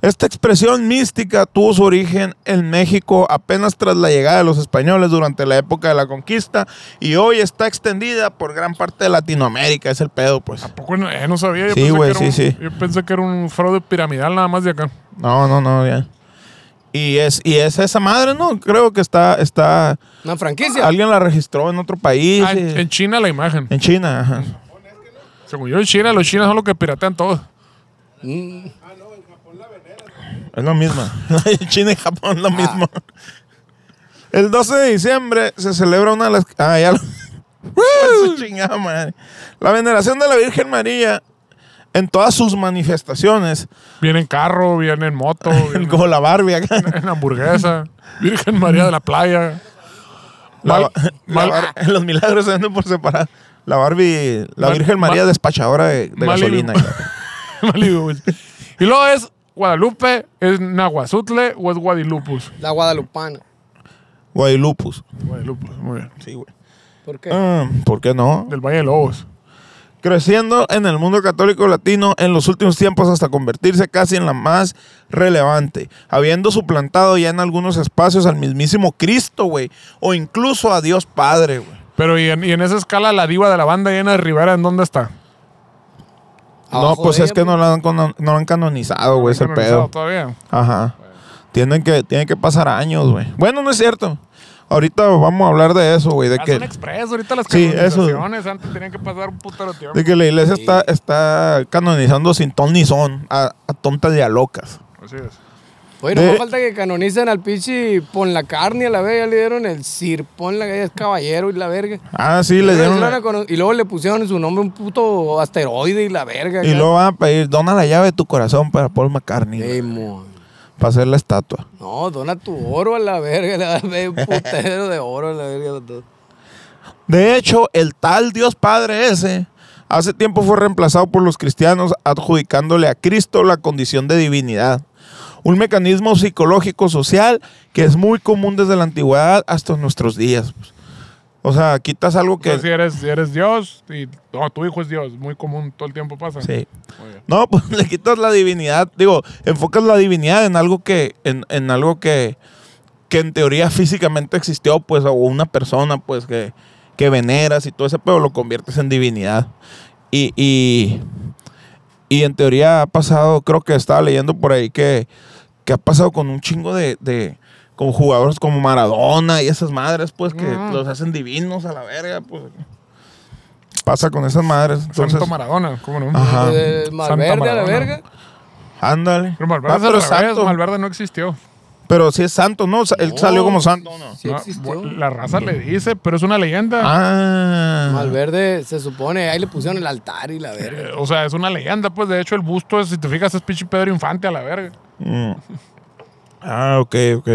[SPEAKER 2] Esta expresión mística tuvo su origen en México apenas tras la llegada de los españoles durante la época de la conquista y hoy está extendida por gran parte de Latinoamérica. Es el pedo, pues.
[SPEAKER 1] Poco no- eh, no sabía. Yo
[SPEAKER 2] Sí,
[SPEAKER 1] pensé que
[SPEAKER 2] güey,
[SPEAKER 1] era
[SPEAKER 2] sí,
[SPEAKER 1] un-
[SPEAKER 2] sí.
[SPEAKER 1] Yo pensé que era un fraude piramidal nada más de acá.
[SPEAKER 2] No, no, no, ya. Y es, y es esa madre, ¿no? Creo que está, está.
[SPEAKER 3] Una franquicia.
[SPEAKER 2] Alguien la registró en otro país.
[SPEAKER 1] Ah, en,
[SPEAKER 2] eh,
[SPEAKER 1] en China la imagen.
[SPEAKER 2] en China, ajá.
[SPEAKER 1] Según yo, en China, los chinos son los que piratean todo.
[SPEAKER 3] Mm,
[SPEAKER 2] Es lo mismo. China y Japón
[SPEAKER 1] Ah.
[SPEAKER 2] lo mismo. El 12 de diciembre se celebra una de las. Ah, ya lo- Su chingada madre. La veneración de la Virgen María en todas sus manifestaciones.
[SPEAKER 1] Vienen en carro, vienen en moto, vienen
[SPEAKER 2] Como la Barbie acá.
[SPEAKER 1] en hamburguesa. Virgen María de la Playa.
[SPEAKER 2] La-
[SPEAKER 1] Mal-
[SPEAKER 2] la
[SPEAKER 1] mal-
[SPEAKER 2] Bar- los milagros se venden por separado. La Barbie, la
[SPEAKER 1] Mal-
[SPEAKER 2] Virgen María
[SPEAKER 1] mal-
[SPEAKER 2] despachadora de, de
[SPEAKER 1] mal-
[SPEAKER 2] gasolina. acá.
[SPEAKER 1] Malibu, güey. Y luego es Guadalupe, es Nahuazutle o es Guadilupus.
[SPEAKER 3] la guadalupana.
[SPEAKER 2] Guadilupus.
[SPEAKER 1] Guadilupus, muy bien.
[SPEAKER 2] Sí, güey.
[SPEAKER 3] ¿Por qué?
[SPEAKER 2] Ah, ¿Por qué no?
[SPEAKER 1] Del Valle de Lobos.
[SPEAKER 2] creciendo en el mundo católico latino en los últimos tiempos hasta convertirse casi en la más relevante, habiendo suplantado ya en algunos espacios al mismísimo Cristo, güey, o incluso a Dios Padre, güey.
[SPEAKER 1] Pero y en, y en esa escala, la diva de la banda llena de Rivera, ¿en dónde está?
[SPEAKER 2] No,
[SPEAKER 3] Abajo
[SPEAKER 2] pues
[SPEAKER 3] de
[SPEAKER 2] es
[SPEAKER 3] ella,
[SPEAKER 2] que
[SPEAKER 3] pues.
[SPEAKER 2] no lo han, cono- no lo han canonizado, güey, ese
[SPEAKER 1] Canonizado
[SPEAKER 2] pedo.
[SPEAKER 1] Todavía.
[SPEAKER 2] Ajá. Tienen que, tienen que pasar años, güey. Bueno, no es cierto. Ahorita vamos a hablar de eso, güey, de
[SPEAKER 1] Haz
[SPEAKER 2] que...
[SPEAKER 1] un expreso, Ah, ahorita las
[SPEAKER 2] Sí, eso.
[SPEAKER 1] canonizaciones antes tenían que pasar un putero de tiempo.
[SPEAKER 2] De que la iglesia está, está canonizando sin ton ni son a, a tontas y a locas.
[SPEAKER 1] Así es.
[SPEAKER 3] Oye, no
[SPEAKER 2] De-
[SPEAKER 3] me falta que canonicen al pichi pon la carne a la verga, ya le dieron el sir, pon la es caballero y la verga.
[SPEAKER 2] Ah, sí, le
[SPEAKER 3] Pero
[SPEAKER 2] dieron.
[SPEAKER 3] se van a cono- Y luego le pusieron en su nombre un puto asteroide y la verga.
[SPEAKER 2] Y
[SPEAKER 3] acá.
[SPEAKER 2] luego van a pedir, dona la llave de tu corazón para Paul McCartney.
[SPEAKER 3] Sí, mo.
[SPEAKER 2] Para hacer la estatua.
[SPEAKER 3] No, dona tu oro a la verga, le vas a ver un putero de oro a la verga. los dos.
[SPEAKER 2] De hecho, el tal Dios Padre ese hace tiempo fue reemplazado por los cristianos adjudicándole a Cristo la condición de divinidad. Un mecanismo psicológico social que es muy común desde la antigüedad hasta nuestros días. pues. O sea, quitas algo que...
[SPEAKER 1] si eres, si eres Dios y no, tu hijo es Dios, muy común, todo el tiempo pasa.
[SPEAKER 2] Sí. No, pues le quitas la divinidad, digo, enfocas la divinidad en algo que, en, en algo que, que en teoría físicamente existió, pues, o una persona, pues, que, que veneras y todo ese pero lo conviertes en divinidad. Y, y, y en teoría ha pasado, creo que estaba leyendo por ahí que, que ha pasado con un chingo de, de con jugadores como Maradona y esas madres, pues, que
[SPEAKER 1] Mm.
[SPEAKER 2] los hacen divinos a la verga, pues. Pasa con esas madres. Entonces,
[SPEAKER 1] Santo Maradona, ¿cómo no?
[SPEAKER 2] Ajá. Ah.
[SPEAKER 3] Eh, Malverde a la
[SPEAKER 1] Maradona.
[SPEAKER 3] verga.
[SPEAKER 2] ándale.
[SPEAKER 1] Pero
[SPEAKER 2] Ah,
[SPEAKER 1] Malverde,
[SPEAKER 2] pero
[SPEAKER 1] es al revés,
[SPEAKER 2] santo.
[SPEAKER 1] Malverde no existió.
[SPEAKER 2] Pero si es santo, ¿no? Sa- Él salió como santo.
[SPEAKER 3] Sí
[SPEAKER 1] No,
[SPEAKER 3] existió.
[SPEAKER 1] bu- la raza le dice, pero es una leyenda.
[SPEAKER 2] Ah.
[SPEAKER 3] Malverde se supone, ahí le pusieron el altar y la
[SPEAKER 1] Eh,
[SPEAKER 3] verga.
[SPEAKER 1] O sea, es una leyenda, pues de hecho el busto, es, si te fijas, es pinche Pedro Infante a la verga.
[SPEAKER 2] Mm. Ah, ok, ok.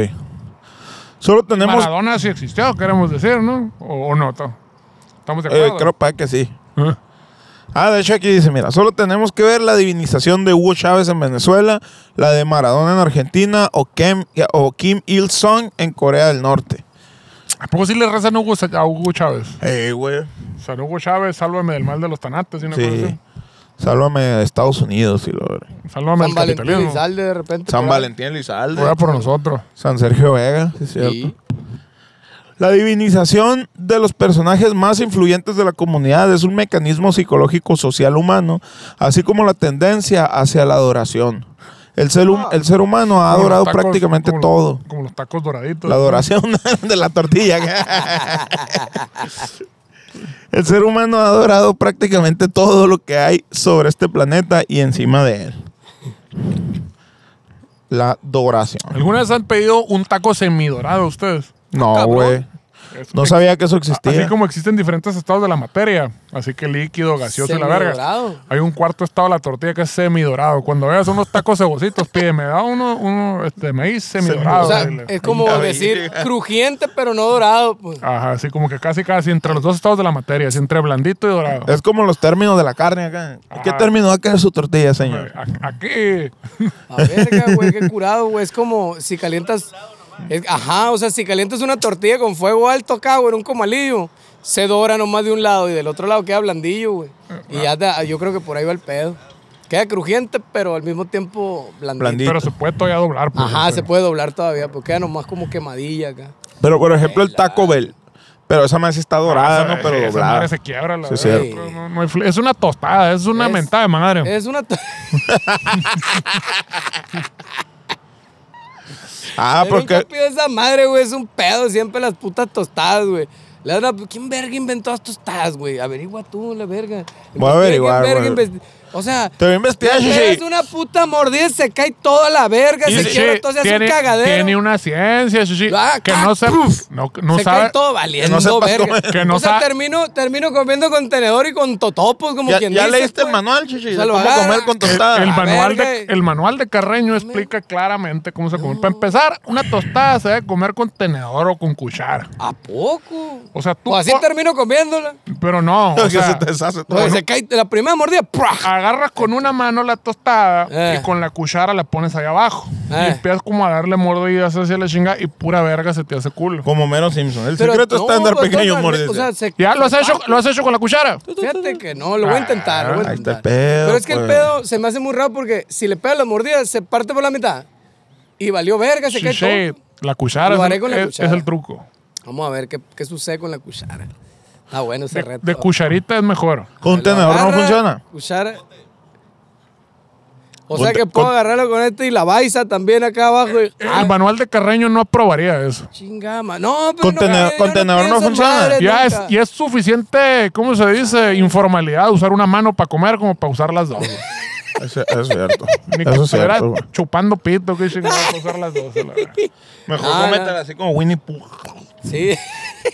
[SPEAKER 2] Solo tenemos...
[SPEAKER 1] Maradona sí existió, queremos decir, ¿no? O, o no, to- estamos de
[SPEAKER 2] eh,
[SPEAKER 1] acuerdo.
[SPEAKER 2] creo para que sí.
[SPEAKER 1] ¿Eh?
[SPEAKER 2] Ah, de hecho aquí dice, mira, solo tenemos que ver la divinización de Hugo Chávez en Venezuela, la de Maradona en Argentina o Kim, o Kim Il-sung en Corea del Norte.
[SPEAKER 1] ¿A poco sí le rezan a Hugo, a Hugo Chávez?
[SPEAKER 2] Eh, güey.
[SPEAKER 1] San Hugo Chávez, sálvame del mal de los tanates, y una cosa
[SPEAKER 2] Sí.
[SPEAKER 1] así.
[SPEAKER 2] Sálvame de Estados Unidos y lo...
[SPEAKER 1] Sálvame
[SPEAKER 3] San
[SPEAKER 1] del
[SPEAKER 3] Valentín
[SPEAKER 1] capitalismo.
[SPEAKER 3] y sal de repente.
[SPEAKER 2] San
[SPEAKER 3] por ahí.
[SPEAKER 2] Valentín Elizalde.
[SPEAKER 1] Ruega por nosotros.
[SPEAKER 2] San Sergio Vega, sí, es cierto.
[SPEAKER 3] Sí.
[SPEAKER 2] La divinización de los personajes más influyentes de la comunidad es un mecanismo psicológico social humano, así como la tendencia hacia la adoración. El ser, hum- el ser humano
[SPEAKER 1] Como
[SPEAKER 2] ha
[SPEAKER 1] los
[SPEAKER 2] adorado
[SPEAKER 1] tacos-
[SPEAKER 2] prácticamente
[SPEAKER 1] como los-
[SPEAKER 2] todo.
[SPEAKER 1] como los tacos doraditos.
[SPEAKER 2] La adoración de la tortilla. el ser humano ha adorado prácticamente todo lo que hay sobre este planeta y encima de él. La adoración.
[SPEAKER 1] ¿Alguna vez han pedido un taco semidorado ustedes?
[SPEAKER 2] No, güey.
[SPEAKER 1] Es-
[SPEAKER 2] No sabía que eso
[SPEAKER 1] Así
[SPEAKER 2] existía.
[SPEAKER 1] como existen diferentes estados de la materia, así que líquido, gaseoso y la verga.
[SPEAKER 3] Semidorado.
[SPEAKER 1] Hay un cuarto estado de la tortilla que es semidorado. Cuando veas unos tacos cebositos, pídeme, da uno, uno este, maíz semidorado.
[SPEAKER 3] O sea, eh,
[SPEAKER 1] dile.
[SPEAKER 3] es como
[SPEAKER 2] Ya vi.
[SPEAKER 3] decir crujiente pero no dorado. Pues.
[SPEAKER 1] Ajá, así como que casi, casi entre los dos estados de la materia, así entre blandito y dorado.
[SPEAKER 2] Es como los términos de la carne acá. ¿Qué
[SPEAKER 1] Ajá.
[SPEAKER 2] término va a caer su tortilla, señor?
[SPEAKER 1] A- Aquí.
[SPEAKER 3] A verga, güey, qué curado, güey. Es como si calientas. es- ajá, o sea, si calientas una tortilla con fuego alto acá, güey, en un comalillo, se dora nomás de un lado y del otro lado queda blandillo, güey. Y ya da- yo creo que por ahí va el pedo. Queda crujiente, pero al mismo tiempo blandito.
[SPEAKER 2] Blandito.
[SPEAKER 1] Pero se puede todavía doblar. pues,
[SPEAKER 3] Ajá,
[SPEAKER 1] este.
[SPEAKER 3] se puede doblar todavía, porque queda nomás como quemadilla acá.
[SPEAKER 2] Pero, por ejemplo, el Taco Bell. Pero esa más está dorada, ¿no? Pero
[SPEAKER 1] Ah, Esa
[SPEAKER 2] doblada.
[SPEAKER 1] madre se quiebra, la
[SPEAKER 2] Sí, es
[SPEAKER 1] verdad.
[SPEAKER 3] cierto.
[SPEAKER 1] No, no hay fl- es una tostada, es una
[SPEAKER 3] Es-
[SPEAKER 1] mentada de madre.
[SPEAKER 3] Es una. to-
[SPEAKER 2] Ah,
[SPEAKER 3] Yo nunca
[SPEAKER 2] porque...
[SPEAKER 3] pido esa madre, güey. Es un pedo siempre las putas tostadas, güey. Le dan a- ¿Quién verga inventó las tostadas, güey? Averigua tú, la verga.
[SPEAKER 2] Voy a averiguar,
[SPEAKER 3] ¿Quién verga
[SPEAKER 2] güey.
[SPEAKER 3] invent- O sea,
[SPEAKER 2] Te voy a investigar,
[SPEAKER 3] le
[SPEAKER 2] Shishi.
[SPEAKER 3] pegas una puta mordida y se cae toda la verga,
[SPEAKER 1] Y
[SPEAKER 3] se
[SPEAKER 1] sí,
[SPEAKER 3] quiebra, entonces hace un cagadero.
[SPEAKER 1] tiene una ciencia, Shishi,
[SPEAKER 3] Ah,
[SPEAKER 1] que
[SPEAKER 3] ca-
[SPEAKER 1] no se,
[SPEAKER 3] ¡puf!
[SPEAKER 1] no, no
[SPEAKER 3] se
[SPEAKER 1] sabe,
[SPEAKER 3] cae todo valiendo,
[SPEAKER 2] no sepas
[SPEAKER 3] verga.
[SPEAKER 2] comer.
[SPEAKER 1] Que no
[SPEAKER 3] o sea,
[SPEAKER 1] sa-
[SPEAKER 3] termino, termino comiendo con tenedor y con totopos, como
[SPEAKER 2] ¿Ya,
[SPEAKER 3] quien
[SPEAKER 2] ya
[SPEAKER 3] dice.
[SPEAKER 2] leíste el
[SPEAKER 3] pues.
[SPEAKER 2] manual, chichi?
[SPEAKER 3] O sea,
[SPEAKER 2] de
[SPEAKER 3] lo
[SPEAKER 2] ¿Cómo
[SPEAKER 3] agarra.
[SPEAKER 2] comer con tostada?
[SPEAKER 1] El
[SPEAKER 3] Ah,
[SPEAKER 1] manual, de,
[SPEAKER 3] verga.
[SPEAKER 1] el manual de Carreño explica claramente cómo se come. Para empezar, una tostada se debe comer con tenedor o con cuchara.
[SPEAKER 3] ¿A poco?
[SPEAKER 1] O sea, tú
[SPEAKER 3] Pues así
[SPEAKER 1] co-
[SPEAKER 3] termino comiéndola.
[SPEAKER 1] Pero no, o
[SPEAKER 2] Que se
[SPEAKER 1] sea,
[SPEAKER 2] te deshace todo.
[SPEAKER 3] Entonces se cae la primera mordida, ¡prua!
[SPEAKER 2] Ah,
[SPEAKER 1] agarras con una mano la tostada
[SPEAKER 3] Eh.
[SPEAKER 1] y con la cuchara la pones ahí abajo.
[SPEAKER 3] Eh.
[SPEAKER 1] Y empiezas como a darle mordidas hacia la chinga y pura verga se te hace culo.
[SPEAKER 2] Como Mero Simpson. El
[SPEAKER 3] Pero
[SPEAKER 2] secreto
[SPEAKER 3] no,
[SPEAKER 2] está en dar
[SPEAKER 3] pues,
[SPEAKER 2] pequeños
[SPEAKER 3] todas-
[SPEAKER 2] mordidos.
[SPEAKER 3] O sea, se
[SPEAKER 1] ¿Ya lo has hecho, lo has hecho con la cuchara?
[SPEAKER 3] Fíjate que no, lo voy a intentar. lo voy a
[SPEAKER 2] Ah, ahí está el
[SPEAKER 3] intentar.
[SPEAKER 2] pedo,
[SPEAKER 3] Pero es que el
[SPEAKER 2] pues.
[SPEAKER 3] pedo se me hace muy raro porque si le pegas las mordidas, se parte por la mitad. Y valió verga, se cae
[SPEAKER 1] Shishi,
[SPEAKER 3] todo.
[SPEAKER 1] la cuchara,
[SPEAKER 3] Lo
[SPEAKER 1] es,
[SPEAKER 3] haré
[SPEAKER 1] el-
[SPEAKER 3] con la
[SPEAKER 1] es-
[SPEAKER 3] cuchara.
[SPEAKER 1] es el truco.
[SPEAKER 3] Vamos a ver qué, qué sucede con la cuchara. Está bueno ese
[SPEAKER 1] De,
[SPEAKER 3] reto.
[SPEAKER 1] de cucharita es mejor.
[SPEAKER 2] con un
[SPEAKER 3] Lo
[SPEAKER 2] tenedor no
[SPEAKER 3] agarra,
[SPEAKER 2] funciona.
[SPEAKER 3] Cuchara. O
[SPEAKER 2] Con
[SPEAKER 3] sea
[SPEAKER 2] te-
[SPEAKER 3] que puedo
[SPEAKER 2] con-
[SPEAKER 3] agarrarlo con este y la baisa también acá abajo. y-
[SPEAKER 1] Ah, El manual de Carreño no aprobaría eso.
[SPEAKER 3] Chingama. No, pero
[SPEAKER 2] Con
[SPEAKER 3] no,
[SPEAKER 2] tenedor-
[SPEAKER 3] yo
[SPEAKER 2] con tenedor no
[SPEAKER 3] pienso en
[SPEAKER 2] funciona.
[SPEAKER 3] madres
[SPEAKER 1] Ya es,
[SPEAKER 3] nunca.
[SPEAKER 1] ya es suficiente, ¿cómo se dice? Informalidad, usar una mano para comer como para usar las dos.
[SPEAKER 2] Eso es cierto.
[SPEAKER 1] Ni que
[SPEAKER 2] Eso es
[SPEAKER 1] estuviera
[SPEAKER 2] cierto, güey.
[SPEAKER 1] chupando pito, que chingados, usar las dos. a la verga.
[SPEAKER 2] Mejor
[SPEAKER 3] Ah,
[SPEAKER 2] cométela así como Winnie Pooh.
[SPEAKER 3] Sí.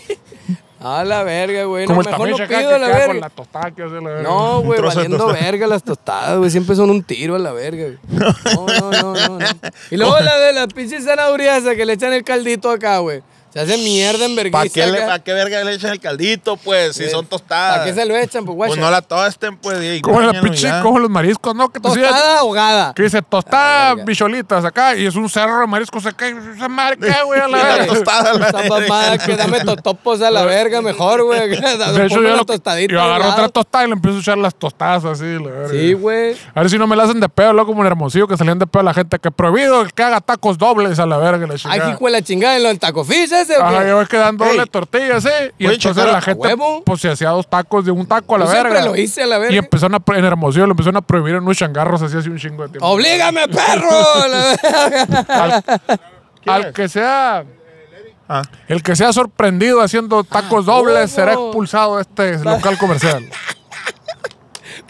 [SPEAKER 3] A la verga, güey. No,
[SPEAKER 1] Como el
[SPEAKER 3] mejor
[SPEAKER 1] tamiche
[SPEAKER 3] no
[SPEAKER 1] acá que
[SPEAKER 3] pido a la
[SPEAKER 1] queda con la
[SPEAKER 3] verga.
[SPEAKER 1] tostada que hace la verga.
[SPEAKER 3] No, güey,
[SPEAKER 2] trozo de
[SPEAKER 3] valiendo
[SPEAKER 2] tostada.
[SPEAKER 3] verga las tostadas, güey. Siempre son un tiro a la verga, güey. No, no, no, no. no. Y luego la de las pinches zanahorias esas que le echan el caldito acá, güey. Se hace mierda en vergüenza.
[SPEAKER 2] ¿Para qué, le- pa' qué verga le echan el caldito, pues? Si son tostadas.
[SPEAKER 3] Eh, ¿Para qué se lo echan? Pues,
[SPEAKER 2] Pues
[SPEAKER 3] guacha.
[SPEAKER 2] no la pues tosten, pues. Y
[SPEAKER 1] Como la
[SPEAKER 2] báñalo
[SPEAKER 1] pinche,
[SPEAKER 2] ya.
[SPEAKER 1] como los mariscos, ¿no? Que te sirven-
[SPEAKER 3] Tostada ahogada.
[SPEAKER 1] que dice tostada,
[SPEAKER 3] verga.
[SPEAKER 1] bicholitas acá, y es un cerro de mariscos acá, y esa madre cae, güey, a la
[SPEAKER 2] Y la
[SPEAKER 1] verga.
[SPEAKER 2] tostada. la
[SPEAKER 3] Esa
[SPEAKER 2] verga. Pues,
[SPEAKER 3] mamada que dame totopos a la verga mejor, güey.
[SPEAKER 1] De hecho, yo, lo-
[SPEAKER 3] tostadita.
[SPEAKER 1] yo agarro
[SPEAKER 3] ahogada.
[SPEAKER 1] otra tostada y le empiezo a echar las tostadas así, la verga.
[SPEAKER 3] Sí, güey.
[SPEAKER 1] A ver si no me la hacen de pedo, loco, como en Hermosillo, que salían de pedo a la gente, que prohibido que haga tacos dobles a la verga, la
[SPEAKER 3] Ay,
[SPEAKER 1] chingada.
[SPEAKER 3] hijo de la chingada, ¿en lo del taco fish ese o
[SPEAKER 1] Ajá,
[SPEAKER 3] qué?
[SPEAKER 1] yo es que dan doble
[SPEAKER 2] Ey.
[SPEAKER 1] tortilla, sí. Y
[SPEAKER 2] Oye,
[SPEAKER 1] entonces
[SPEAKER 2] checar-
[SPEAKER 1] la gente,
[SPEAKER 3] ¿A huevo?
[SPEAKER 1] pues, se hacía dos tacos de un taco a la
[SPEAKER 3] Yo
[SPEAKER 1] verga.
[SPEAKER 3] siempre lo hice a la verga.
[SPEAKER 1] Y empezaron a, pro- en Hermosillo lo empezaron a prohibir en unos changarros así hace un chingo de tiempo.
[SPEAKER 3] ¡Oblígame, perro! La verga.
[SPEAKER 1] Al, al que sea...
[SPEAKER 2] Ah.
[SPEAKER 1] El que sea sorprendido haciendo tacos dobles
[SPEAKER 3] Ah, huevo.
[SPEAKER 1] será expulsado de este local comercial.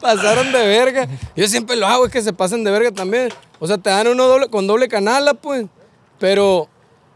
[SPEAKER 3] Pasaron de verga. Yo siempre lo hago, es que se pasen de verga también. O sea, te dan uno doble, con doble canala, pues. Pero,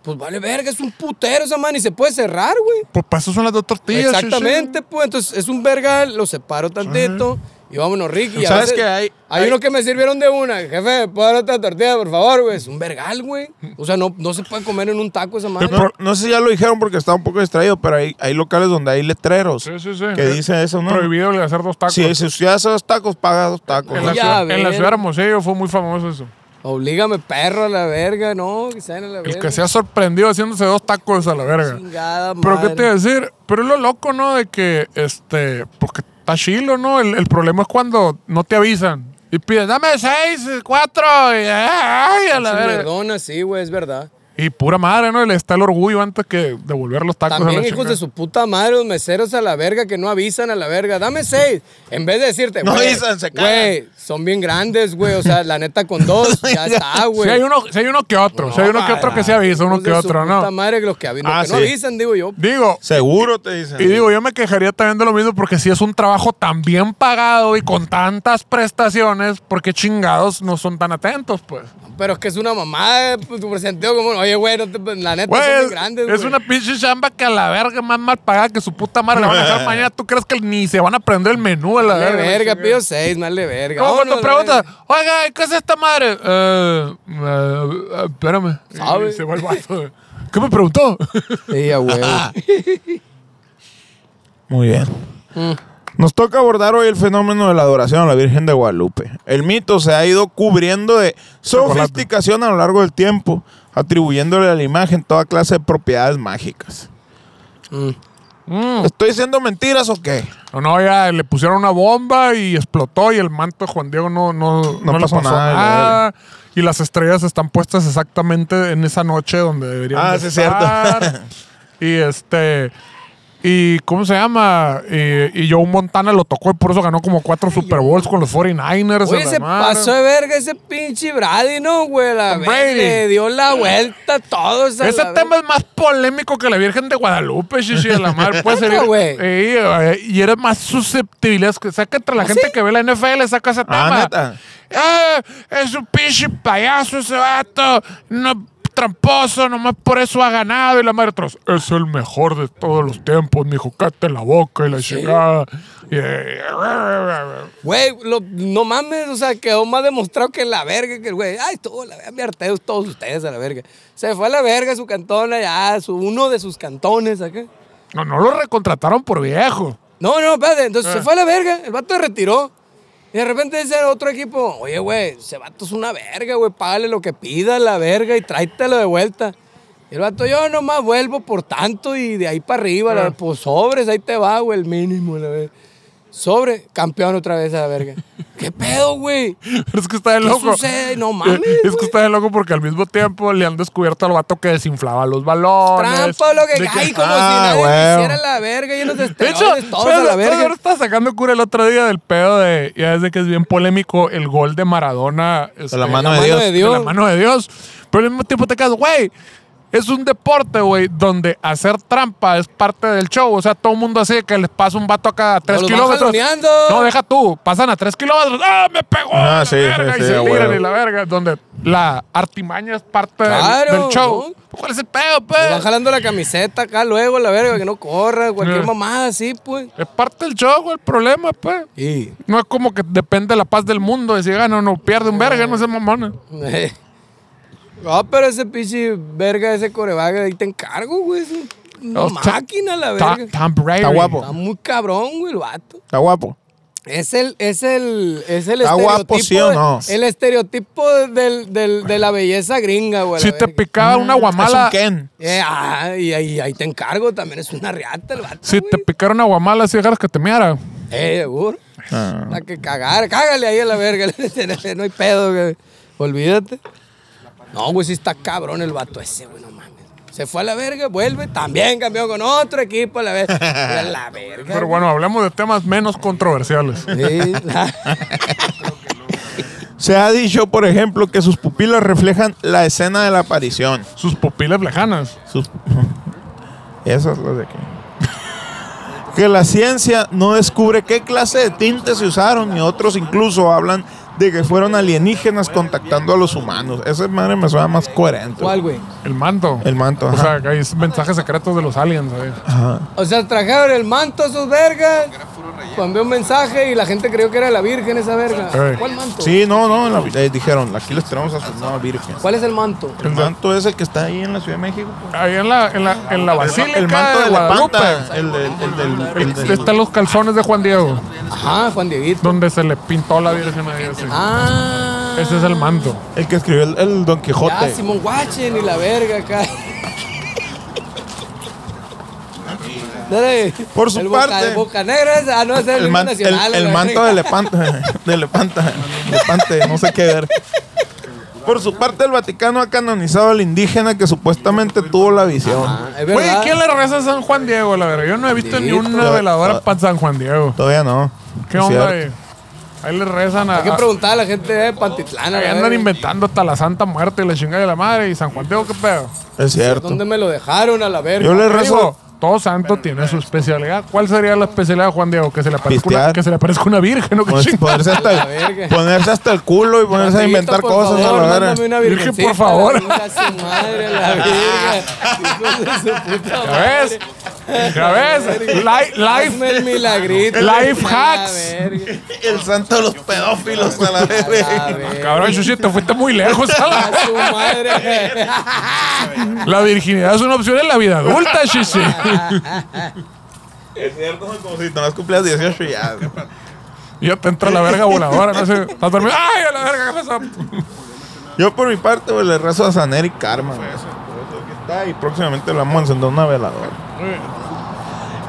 [SPEAKER 3] pues vale verga, es un putero esa man y se puede cerrar, güey.
[SPEAKER 1] Pues para eso son las dos tortillas. sí, sí.
[SPEAKER 3] Exactamente, pues. Entonces, es un vergal, lo separo tantito. Y vámonos, Ricky. Y a
[SPEAKER 2] ¿Sabes
[SPEAKER 3] veces
[SPEAKER 2] qué? Hay-
[SPEAKER 3] hay,
[SPEAKER 2] hay-
[SPEAKER 3] unos que me sirvieron de una. Jefe, ¿puedo dar otra tortilla, por favor, güey? Es un vergal, güey. O sea, no, no se puede comer en un taco esa madre.
[SPEAKER 2] No, no sé si ya lo dijeron porque estaba un poco distraído, pero hay, hay locales donde hay letreros
[SPEAKER 1] Sí, sí, sí.
[SPEAKER 2] que dice eso, ¿no?
[SPEAKER 1] Prohibido le hacer dos tacos.
[SPEAKER 2] Si, si usted hace dos tacos, paga dos tacos.
[SPEAKER 1] En
[SPEAKER 2] ¿no?
[SPEAKER 1] la,
[SPEAKER 3] Ya,
[SPEAKER 1] ciudad, en la
[SPEAKER 3] ver.
[SPEAKER 1] ciudad de Hermosillo fue muy famoso eso.
[SPEAKER 3] Oblígame, perro, a la verga. No, que sean a la verga.
[SPEAKER 1] El que se ha sorprendido haciéndose dos tacos a la verga.
[SPEAKER 3] Chingada
[SPEAKER 1] Pero qué
[SPEAKER 3] madre.
[SPEAKER 1] te iba a decir, pero es lo loco, ¿no? De que, este, porque está chilo, ¿no? El, el problema es cuando no te avisan. Y pides, dame seis, cuatro, y, ay, a la verga.
[SPEAKER 3] Perdona, sí, güey, es verdad.
[SPEAKER 1] Y pura madre, ¿no? Le está el orgullo antes que devolver los tacos a
[SPEAKER 3] También
[SPEAKER 1] la
[SPEAKER 3] hijos
[SPEAKER 1] chingada.
[SPEAKER 3] de su puta madre, los meseros a la verga que no avisan a la verga. Dame seis. En vez de decirte,
[SPEAKER 2] No
[SPEAKER 3] güey,
[SPEAKER 2] avisan, se
[SPEAKER 3] Güey, son bien grandes, güey. O sea, la neta con dos, ya está, güey.
[SPEAKER 1] Si hay, uno, sí hay uno que otro, si hay uno que otro que se avisa, uno
[SPEAKER 3] Hijos
[SPEAKER 1] que
[SPEAKER 3] de su
[SPEAKER 1] otro,
[SPEAKER 3] Puta
[SPEAKER 1] ¿no?
[SPEAKER 3] madre, los que, avi- los
[SPEAKER 2] Ah,
[SPEAKER 3] que no
[SPEAKER 2] sí.
[SPEAKER 3] avisan, digo yo.
[SPEAKER 1] Digo,
[SPEAKER 2] Seguro te dicen.
[SPEAKER 1] y digo, yo me quejaría también de lo mismo porque si es un trabajo tan bien pagado y con tantas prestaciones, ¿por qué chingados no son tan atentos, pues?
[SPEAKER 3] Pero es que es una mamada, pues, tu sentido como, oye, güey, no te- pues, la neta
[SPEAKER 1] Güey,
[SPEAKER 3] son bien
[SPEAKER 1] es,
[SPEAKER 3] grandes,
[SPEAKER 1] es
[SPEAKER 3] güey.
[SPEAKER 1] una pinche chamba que a la verga más mal pagada que su puta madre la van a dejar mañana. ¿Tú crees que ni se van a aprender el menú a la
[SPEAKER 3] Dale
[SPEAKER 1] verga?
[SPEAKER 3] verga, pido seis, mal de verga.
[SPEAKER 1] Como cuando
[SPEAKER 3] Vámonos, la
[SPEAKER 1] preguntas,
[SPEAKER 3] verga.
[SPEAKER 1] oiga, ¿y ¿qué es esta madre? Eh, eh, eh, espérame. Y
[SPEAKER 3] ¿Sabe?
[SPEAKER 1] se va el vato. ¿Qué me preguntó?
[SPEAKER 3] Sí, a huevo.
[SPEAKER 2] Muy bien.
[SPEAKER 3] Mm.
[SPEAKER 2] Nos toca abordar hoy el fenómeno de la adoración a la Virgen de Guadalupe. El mito se ha ido cubriendo de sofisticación a lo largo del tiempo, atribuyéndole a la imagen toda clase de propiedades mágicas.
[SPEAKER 1] Mm.
[SPEAKER 2] ¿Estoy diciendo mentiras o qué?
[SPEAKER 1] No, no, ya le pusieron una bomba y explotó y el manto de Juan Diego no, no, no, le
[SPEAKER 2] pasó
[SPEAKER 1] pasó
[SPEAKER 2] nada,
[SPEAKER 1] nada.
[SPEAKER 2] la
[SPEAKER 1] y las estrellas están puestas exactamente en esa noche donde deberían
[SPEAKER 2] Ah,
[SPEAKER 1] de
[SPEAKER 2] sí, es cierto.
[SPEAKER 1] estar. y este... Y, ¿cómo se llama? Y, y Joe Montana lo tocó y por eso ganó como cuatro Super Bowls con los 49ers. a
[SPEAKER 3] Oye,
[SPEAKER 1] la
[SPEAKER 3] se
[SPEAKER 1] madre.
[SPEAKER 3] pasó de verga ese pinche Brady, ¿no, güey? La
[SPEAKER 1] Tom
[SPEAKER 3] verga,
[SPEAKER 1] Brady.
[SPEAKER 3] Le dio la vuelta a todos. a
[SPEAKER 1] Ese
[SPEAKER 3] la
[SPEAKER 1] tema
[SPEAKER 3] verga.
[SPEAKER 1] es más polémico que la Virgen de Guadalupe, Shishi de la madre. Puede ser.
[SPEAKER 3] Neta, güey.
[SPEAKER 1] Sí, güey, y eres más susceptible. Es que Saca entre
[SPEAKER 3] ¿Ah,
[SPEAKER 1] la gente que ve la NFL, saca ese tema.
[SPEAKER 2] neta.
[SPEAKER 1] Ah, es un pinche payaso ese vato. No tramposo, nomás por eso ha ganado. Y la madre atrás, es el mejor de todos los tiempos, mijo. Cate la boca y la chingada. Y, eh,
[SPEAKER 3] Güey, lo- no mames, o sea, quedó más demostrado que la verga que el güey. Ay, estuvo la verga, mi arteos, todos ustedes a la verga. Se fue a la verga su cantón allá, su, uno de sus cantones acá.
[SPEAKER 1] No, no lo recontrataron por viejo.
[SPEAKER 3] No, no, espérate. Entonces se fue a la verga. El vato se retiró. Y de repente dice al otro equipo, oye, güey, ese vato es una verga, güey. Págale lo que pida la verga y tráetelo de vuelta. Y el vato, yo nomás vuelvo por tanto y de ahí para arriba. la- pues sobres, ahí te va, güey, el mínimo, la verga. Sobre, campeón otra vez a la verga. ¿Qué pedo, güey?
[SPEAKER 1] Pero es que está de
[SPEAKER 3] ¿Qué
[SPEAKER 1] loco.
[SPEAKER 3] sucede? No mames,
[SPEAKER 1] Es que
[SPEAKER 3] güey.
[SPEAKER 1] está de loco porque al mismo tiempo le han descubierto al vato que desinflaba los balones.
[SPEAKER 3] Trampa, lo que
[SPEAKER 1] de
[SPEAKER 3] cae, como
[SPEAKER 2] Ah,
[SPEAKER 3] si nadie
[SPEAKER 2] güey.
[SPEAKER 3] quisiera la verga y los
[SPEAKER 1] De hecho,
[SPEAKER 3] esteroides todos a
[SPEAKER 1] pero-
[SPEAKER 3] la
[SPEAKER 1] pero
[SPEAKER 3] verga.
[SPEAKER 1] ahora estaba sacando cura el otro día del pedo de. Ya desde que es bien polémico el gol de Maradona. este,
[SPEAKER 2] la mano de
[SPEAKER 3] mano
[SPEAKER 2] Dios.
[SPEAKER 3] de
[SPEAKER 1] de
[SPEAKER 3] Dios.
[SPEAKER 1] la mano de Dios. Pero al mismo tiempo te quedas, güey. Es un deporte, güey, donde hacer trampa es parte del show. O sea, todo el mundo así de que les pasa un vato acá a tres
[SPEAKER 3] los van
[SPEAKER 1] kilómetros.
[SPEAKER 3] jaloneando.
[SPEAKER 1] No, deja tú. Pasan a tres kilómetros. ¡Ah, me pegó!
[SPEAKER 2] Ah,
[SPEAKER 1] la
[SPEAKER 2] sí,
[SPEAKER 1] verga!
[SPEAKER 2] sí,
[SPEAKER 1] y
[SPEAKER 2] sí,
[SPEAKER 1] se
[SPEAKER 2] a
[SPEAKER 1] tiran
[SPEAKER 2] huevo.
[SPEAKER 1] y la verga. Donde la artimaña es parte del-
[SPEAKER 3] Claro,
[SPEAKER 1] del, show. ¿Cuál es el pedo,
[SPEAKER 3] Le van
[SPEAKER 1] pues?
[SPEAKER 3] jalando la camiseta acá luego, la verga, que no corra, cualquier
[SPEAKER 1] Eh.
[SPEAKER 3] mamada así, pues.
[SPEAKER 1] Es parte del show, güey, el problema, pues.
[SPEAKER 3] Y.
[SPEAKER 1] No es como que depende de la paz del mundo. de Si gana o no pierde un verga, no es mamona.
[SPEAKER 3] Ah, Eh. pero ese pinche verga, ese coreback, ahí te encargo, güey. Es un- una
[SPEAKER 1] No, está-
[SPEAKER 3] máquina, la
[SPEAKER 1] Ta-
[SPEAKER 3] verga.
[SPEAKER 1] Tom Brady.
[SPEAKER 2] Está guapo.
[SPEAKER 3] Está muy cabrón, güey, el vato.
[SPEAKER 2] Está guapo.
[SPEAKER 3] Es el, es el, es el
[SPEAKER 2] Está
[SPEAKER 3] estereotipo.
[SPEAKER 2] guapo, sí o
[SPEAKER 3] de-
[SPEAKER 2] no.
[SPEAKER 3] El estereotipo del, del, de la belleza gringa, güey.
[SPEAKER 1] Si
[SPEAKER 3] la
[SPEAKER 1] te
[SPEAKER 3] verga. Mm,
[SPEAKER 1] picaba una guamala.
[SPEAKER 2] Es un Ken.
[SPEAKER 3] Eh, ah, y ahí, ahí te encargo, también es una riata el vato.
[SPEAKER 1] Si
[SPEAKER 3] güey.
[SPEAKER 1] te picara una guamala, si dejaras que te meara.
[SPEAKER 3] Eh, seguro.
[SPEAKER 2] Ah.
[SPEAKER 3] Hay que cagar, cágale ahí a la verga. no hay pedo, güey. Olvídate. No, güey, sí está cabrón el vato ese, güey, no mames. Se fue a la verga, vuelve, también cambió con otro equipo a la verga. A la verga.
[SPEAKER 1] Pero bueno, hablemos de temas menos controversiales.
[SPEAKER 2] Eh.
[SPEAKER 3] Sí, la-
[SPEAKER 2] Se ha dicho, por ejemplo, que sus pupilas reflejan la escena de la aparición.
[SPEAKER 1] Sus pupilas lejanas.
[SPEAKER 2] Sus- Esas las de aquí. que la ciencia no descubre qué clase de tintes se usaron y otros incluso hablan de que fueron alienígenas contactando a los humanos. Esa madre me suena más coherente.
[SPEAKER 3] ¿Cuál, güey?
[SPEAKER 1] El manto.
[SPEAKER 2] El manto.
[SPEAKER 1] O sea,
[SPEAKER 2] ajá.
[SPEAKER 1] que hay mensajes secretos de los aliens. ¿sabes?
[SPEAKER 3] O sea, trajeron el manto a sus vergas. Cambió un mensaje y la gente creyó que era la virgen esa verga.
[SPEAKER 1] Eh.
[SPEAKER 3] ¿Cuál manto?
[SPEAKER 2] sí, no, no. la- eh, dijeron, aquí les tenemos a sus nuevas vírgenes.
[SPEAKER 3] ¿Cuál es el manto?
[SPEAKER 2] El manto es el que está ahí en la Ciudad de México.
[SPEAKER 1] Ahí en la, en la, en la basílica
[SPEAKER 2] el manto de la
[SPEAKER 1] Guadalupe.
[SPEAKER 2] panta. El, del- el del- el del-
[SPEAKER 1] Están los calzones de Juan Diego,
[SPEAKER 3] Ajá, Juan Dieguito.
[SPEAKER 1] donde se le pintó la Virgen ahí. así.
[SPEAKER 3] Ah.
[SPEAKER 1] Ese es el manto.
[SPEAKER 2] el que escribió el, el Don
[SPEAKER 3] Ya,
[SPEAKER 2] Quijote.
[SPEAKER 3] Simón Guachen y la verga acá. Dale.
[SPEAKER 2] Por su
[SPEAKER 3] el boca-
[SPEAKER 2] parte,
[SPEAKER 3] el Boca Negra es- ah, no, es el,
[SPEAKER 2] El,
[SPEAKER 3] himno
[SPEAKER 2] man- el-
[SPEAKER 3] nacional.
[SPEAKER 2] el
[SPEAKER 3] la
[SPEAKER 2] manto
[SPEAKER 3] verga.
[SPEAKER 2] de Lepanta, de Lepanta, Lepante, no sé qué ver. Por su parte, el Vaticano ha canonizado al indígena que supuestamente tuvo la visión.
[SPEAKER 3] Ah, es
[SPEAKER 1] Güey,
[SPEAKER 3] verdad.
[SPEAKER 1] ¿quién le reza a San Juan Diego, la verdad? Yo no he visto ni una
[SPEAKER 2] Yo-
[SPEAKER 1] veladora para San Juan Diego.
[SPEAKER 2] Todavía no.
[SPEAKER 1] ¿Qué
[SPEAKER 2] ah. Es
[SPEAKER 1] onda eh?
[SPEAKER 2] cierto.
[SPEAKER 1] ahí? Ahí le rezan a...
[SPEAKER 3] Hay que
[SPEAKER 1] a-
[SPEAKER 3] preguntar a la gente de Pantitlana.
[SPEAKER 1] Ahí
[SPEAKER 3] la
[SPEAKER 1] andan
[SPEAKER 3] verga.
[SPEAKER 1] inventando hasta la Santa Muerte y la chingada de la madre y San Juan Diego, ¿qué pedo?
[SPEAKER 2] Es cierto.
[SPEAKER 3] ¿Dónde me lo dejaron a la verga?
[SPEAKER 2] Yo le
[SPEAKER 1] Te
[SPEAKER 2] rezo.
[SPEAKER 1] Digo, todo santo tiene su especialidad. ¿Cuál sería la especialidad de Juan Diego? Que se le aparezca, una,
[SPEAKER 2] Pistear.
[SPEAKER 1] que se le aparezca una virgen o qué
[SPEAKER 2] pues,
[SPEAKER 1] chingada.
[SPEAKER 2] Ponerse hasta,
[SPEAKER 3] verga.
[SPEAKER 2] el, ponerse hasta el culo y ponerse a inventar
[SPEAKER 3] Por
[SPEAKER 2] cosas.
[SPEAKER 3] favor,
[SPEAKER 2] a la verga.
[SPEAKER 3] mándame una
[SPEAKER 1] Virgen,
[SPEAKER 3] virgencita,
[SPEAKER 1] por favor.
[SPEAKER 3] la verga, su madre, la verga. Hijo de su puta
[SPEAKER 1] ¿Ya ves? ¿Ya ves? Li-
[SPEAKER 3] Hazme el
[SPEAKER 1] life,
[SPEAKER 3] milagrito.
[SPEAKER 1] Life
[SPEAKER 3] A la
[SPEAKER 1] hacks.
[SPEAKER 3] verga,
[SPEAKER 2] El santo de los pedófilos. A la
[SPEAKER 3] a la
[SPEAKER 2] verga.
[SPEAKER 3] verga.
[SPEAKER 1] Cabrón, Chuchi, te fuiste muy lejos.
[SPEAKER 3] A su madre.
[SPEAKER 1] La virginidad es una opción en la vida adulta, Chuchi.
[SPEAKER 2] Es cierto, como si no has cumplido 18 ya.
[SPEAKER 1] Ya te entra la verga voladora, no sé. Estás dormido. ¡Ay, a la verga! ¿Qué pasó?
[SPEAKER 2] Yo por mi parte güey, le rezo a San Eric Karma. güey. Aquí está y próximamente lo vamos a encender una veladora.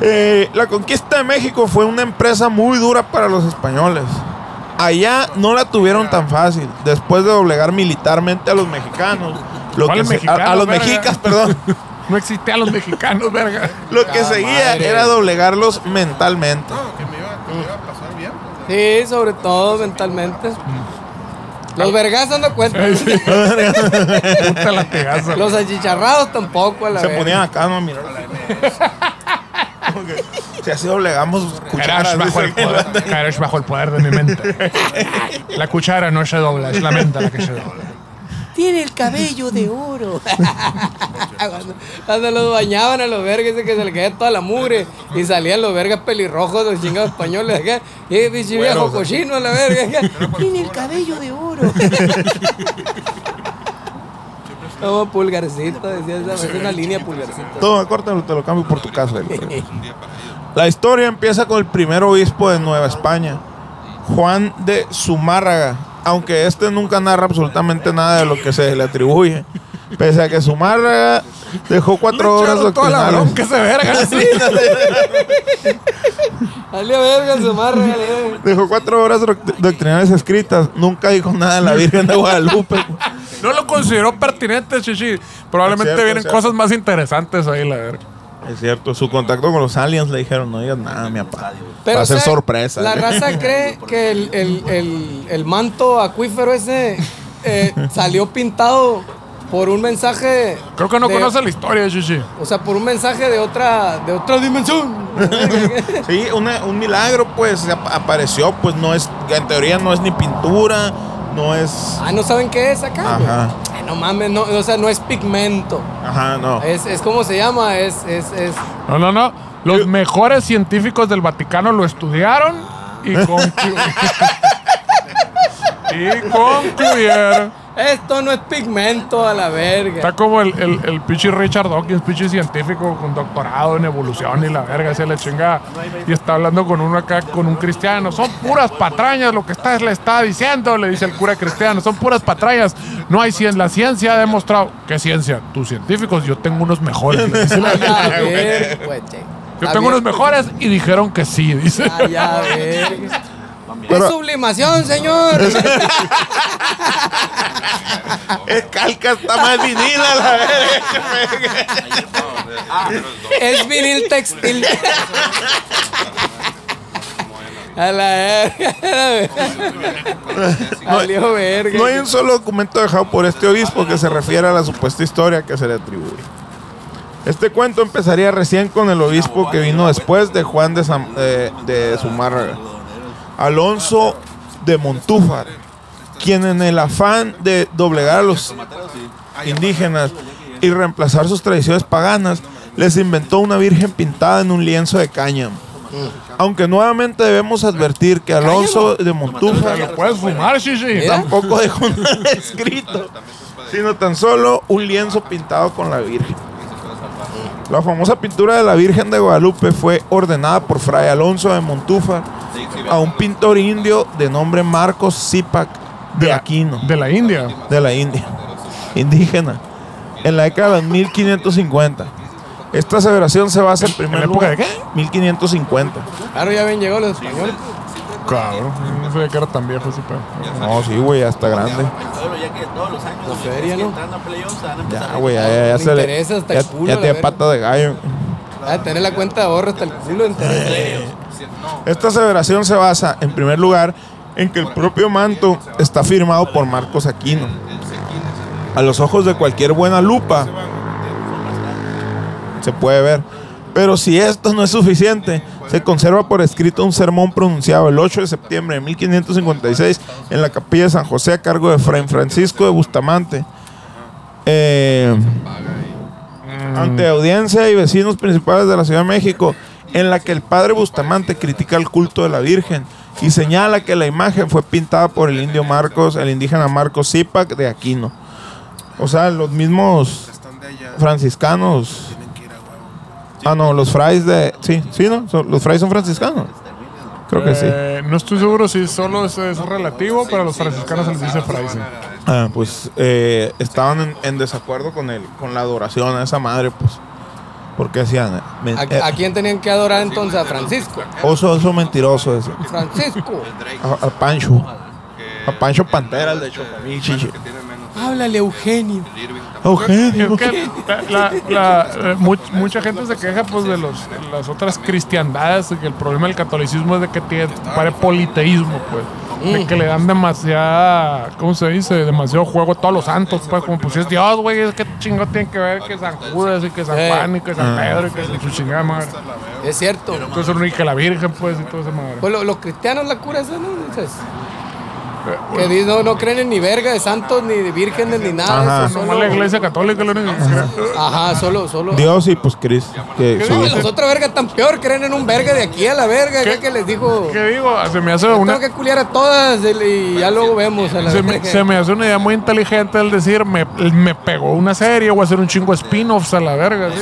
[SPEAKER 2] Eh, la conquista de México fue una empresa muy dura para los españoles. Allá no la tuvieron tan fácil después de doblegar militarmente a los mexicanos. Lo
[SPEAKER 1] ¿Cuáles
[SPEAKER 2] se- a- a,
[SPEAKER 1] mexicanos,
[SPEAKER 2] los
[SPEAKER 1] verga?
[SPEAKER 2] mexicas, perdón.
[SPEAKER 1] No existía los mexicanos, verga.
[SPEAKER 2] Lo que
[SPEAKER 3] Ah,
[SPEAKER 2] seguía
[SPEAKER 3] madre.
[SPEAKER 2] era doblegarlos mentalmente.
[SPEAKER 4] No, que me iba, que me iba a pasar bien. pues, o sea,
[SPEAKER 3] Sí, sobre todo mentalmente. Los vergas dando cuenta.
[SPEAKER 1] Ay, sí. Puta latigazo.
[SPEAKER 3] Los achicharrados tampoco a la
[SPEAKER 2] Se
[SPEAKER 3] verga.
[SPEAKER 2] ponían acá, no, a mirar. Como que, Si así doblegamos cucharas,
[SPEAKER 1] Carash bajo,
[SPEAKER 2] dice
[SPEAKER 1] el poder, Carash bajo el poder de mi mente. La cuchara no se dobla, es la menta la que se dobla.
[SPEAKER 3] Tiene el cabello de oro. cuando, cuando los bañaban a los vergas, ese que se le caía toda la mugre. Y salían los vergas pelirrojos, los chingados españoles acá. Y el pinche
[SPEAKER 1] eh".
[SPEAKER 3] viejo cochino a la verga. acá. Tiene el cabello de oro. Como pulgarcito, decía esa es una línea pulgarcito.
[SPEAKER 2] Toma, córtalo, te lo cambio por tu casa. La historia empieza con el primer obispo de Nueva España, Juan de Zumárraga, aunque este nunca narra absolutamente nada de lo que se le atribuye, pese a que Zumárraga dejó cuatro obras
[SPEAKER 1] toda la
[SPEAKER 2] doctrinales.
[SPEAKER 1] bronca se verga.
[SPEAKER 3] Dale a verga, su marra, dale, verga.
[SPEAKER 2] Dejó cuatro obras doct- doctrinales escritas, nunca dijo nada de la Virgen de Guadalupe.
[SPEAKER 1] No lo consideró pertinente, Chichi. Probablemente
[SPEAKER 2] Es cierto,
[SPEAKER 1] vienen
[SPEAKER 2] es cierto.
[SPEAKER 1] cosas más interesantes ahí, la verga.
[SPEAKER 2] Es cierto, su contacto con los aliens le dijeron, no digas nada, mi papá. Va a
[SPEAKER 3] o
[SPEAKER 2] ser
[SPEAKER 3] sea,
[SPEAKER 2] sorpresa. ¿eh?
[SPEAKER 3] La raza cree que el, el- el- el manto acuífero ese eh, salió pintado por un mensaje.
[SPEAKER 1] Creo que no
[SPEAKER 3] de-
[SPEAKER 1] conoce la historia, Chichi.
[SPEAKER 3] O sea, por un mensaje de otra, de otra dimensión.
[SPEAKER 2] Sí, una- un milagro, pues ap- apareció, pues no es, en teoría no es ni pintura, no es.
[SPEAKER 3] ah, no saben qué es acá. güey?
[SPEAKER 2] Ajá.
[SPEAKER 3] Ay, no mames, no, o sea, no es pigmento.
[SPEAKER 2] Ajá, no.
[SPEAKER 3] Es, es como se llama, es, es, es.
[SPEAKER 1] No, no, no. Los mejores científicos del Vaticano lo estudiaron y concluyeron. y concluyeron.
[SPEAKER 3] Esto no es pigmento a la
[SPEAKER 1] Está
[SPEAKER 3] verga.
[SPEAKER 1] como el, el, el pinche Richard Dawkins, pinche científico con doctorado en evolución y la verga, se le chinga. Y está hablando con uno acá, con un cristiano. Son puras patrañas lo que está, le está diciendo, le dice el cura cristiano. Son puras patrañas. No hay ciencia. La ciencia ha demostrado. ¿Qué ciencia? Tus científicos, yo tengo unos mejores. le dice la
[SPEAKER 3] A
[SPEAKER 1] verga.
[SPEAKER 3] la verga, güey, che.
[SPEAKER 1] Yo
[SPEAKER 3] A
[SPEAKER 1] tengo
[SPEAKER 3] ver-
[SPEAKER 1] unos mejores y dijeron que sí, dice.
[SPEAKER 3] a la verga.
[SPEAKER 2] Pero-
[SPEAKER 3] es sublimación, señor.
[SPEAKER 2] Es calca, está más vinila la verga.
[SPEAKER 3] es vinil textil. a la verga. Valió verga.
[SPEAKER 2] No hay un solo documento dejado por este obispo que se refiere a la supuesta historia que se le atribuye. Este cuento empezaría recién con el obispo que vino después de Juan de, Sam- eh, de Zumárraga, Alonso de Montúfar, quien en el afán de doblegar a los indígenas y reemplazar sus tradiciones paganas, les inventó una virgen pintada en un lienzo de cáñamo. Aunque nuevamente debemos advertir que Alonso de Montúfar
[SPEAKER 1] Puedes fumar, Shishi.
[SPEAKER 3] Mira.
[SPEAKER 2] tampoco dejó nada escrito, sino tan solo un lienzo pintado con la Virgen. La famosa pintura de la Virgen de Guadalupe fue ordenada por Fray Alonso de Montúfar a un pintor indio de nombre Marcos Zipac de Aquino,
[SPEAKER 1] De la India.
[SPEAKER 2] de la India, indígena, en la década de 1550. Esta aseveración se basa en primer
[SPEAKER 1] la época
[SPEAKER 2] lugar-
[SPEAKER 1] de qué?
[SPEAKER 2] 1550.
[SPEAKER 3] Claro, ya bien llegó los españoles.
[SPEAKER 1] Cabrón. No sabía que era tan viejo ese pedo.
[SPEAKER 2] No, sí, güey, ya está grande.
[SPEAKER 5] Pueblo, ya que todos los años
[SPEAKER 3] La
[SPEAKER 5] los
[SPEAKER 3] feria,
[SPEAKER 5] equipos que
[SPEAKER 3] ¿no?
[SPEAKER 5] entran a playoffs se van a empezar
[SPEAKER 2] Ya,
[SPEAKER 5] a-
[SPEAKER 2] güey, ya, ya, ya
[SPEAKER 3] Le
[SPEAKER 2] se le.
[SPEAKER 3] interesa hasta el
[SPEAKER 2] Ya,
[SPEAKER 3] culo,
[SPEAKER 2] ya
[SPEAKER 3] la
[SPEAKER 2] tiene
[SPEAKER 3] verga.
[SPEAKER 2] pata de gallo.
[SPEAKER 3] Va a tener la cuenta de ahorro hasta el culo entero.
[SPEAKER 2] Esta aseveración se basa, en primer lugar, en que el propio manto está firmado por Marcos Aquino. A los ojos de cualquier buena lupa se puede ver. Pero si esto no es suficiente, se conserva por escrito un sermón pronunciado el 8 de septiembre de 1556 en la capilla de San José a cargo de Fray Francisco de Bustamante. Eh, ante audiencia y vecinos principales de la Ciudad de México, en la que el padre Bustamante critica el culto de la Virgen y señala que la imagen fue pintada por el indio Marcos, el indígena Marcos Zipac de Aquino. O sea, los mismos
[SPEAKER 4] Están de allá.
[SPEAKER 2] franciscanos.
[SPEAKER 4] Tienen que ir a huevo.
[SPEAKER 2] Ah, no, los frailes de. Sí, sí, ¿no? Son- Los frailes son franciscanos. Creo que sí.
[SPEAKER 1] Eh, no estoy seguro si solo es, es relativo, pero a los franciscanos se les dice fraise.
[SPEAKER 2] Ah, pues eh, estaban en, en desacuerdo con el, con la adoración a esa madre, pues. Porque hacían. men-
[SPEAKER 3] ¿A,
[SPEAKER 2] eh,
[SPEAKER 3] a quién tenían que adorar entonces? A Francisco.
[SPEAKER 2] oso, oso mentiroso, ese.
[SPEAKER 3] Francisco.
[SPEAKER 2] A, a Pancho. A Pancho Pantera, el de Chocomil, chichi.
[SPEAKER 3] Háblale, Eugenio.
[SPEAKER 2] Eugenio.
[SPEAKER 1] Es que la- la- eh, much- mucha gente se queja pues de los, las otras cristiandades, de que el problema del catolicismo es de que tiene pare politeísmo, pues.
[SPEAKER 3] Mm.
[SPEAKER 1] De que le dan demasiada, ¿cómo se dice? Demasiado juego a todos los santos, pues. Como pues si es Dios, güey, es que chingo tiene que ver que San Judas y que San
[SPEAKER 3] Eh.
[SPEAKER 1] Juan y que
[SPEAKER 2] Ah.
[SPEAKER 1] San Pedro y que su chingada madre.
[SPEAKER 3] Es cierto.
[SPEAKER 1] Entonces uno dice que la Virgen, pues, y todo esa madre.
[SPEAKER 3] Pues lo- los cristianos la cura esa, ¿no? Dices. Que di- no, no creen en ni verga de santos, ni de vírgenes, ni nada. de
[SPEAKER 2] Ajá.
[SPEAKER 3] eso,
[SPEAKER 1] Nomás la
[SPEAKER 3] solo-
[SPEAKER 1] iglesia católica lo único que cree.
[SPEAKER 3] Ajá, solo, solo.
[SPEAKER 2] Dios y pues Cristo. Que,
[SPEAKER 3] No,
[SPEAKER 2] sí.
[SPEAKER 3] Los otros vergas tan peor creen en un verga de aquí a la verga,
[SPEAKER 1] ¿Qué?
[SPEAKER 3] ya que les dijo.
[SPEAKER 1] ¿Qué digo? Se me hace
[SPEAKER 3] Tengo
[SPEAKER 1] una...
[SPEAKER 3] que culiar a todas el- y ya luego vemos a la
[SPEAKER 1] Se me,
[SPEAKER 3] verga.
[SPEAKER 1] se me hace una idea muy inteligente el decir, me, me pegó una serie, voy a hacer un chingo de spin-offs a la verga. así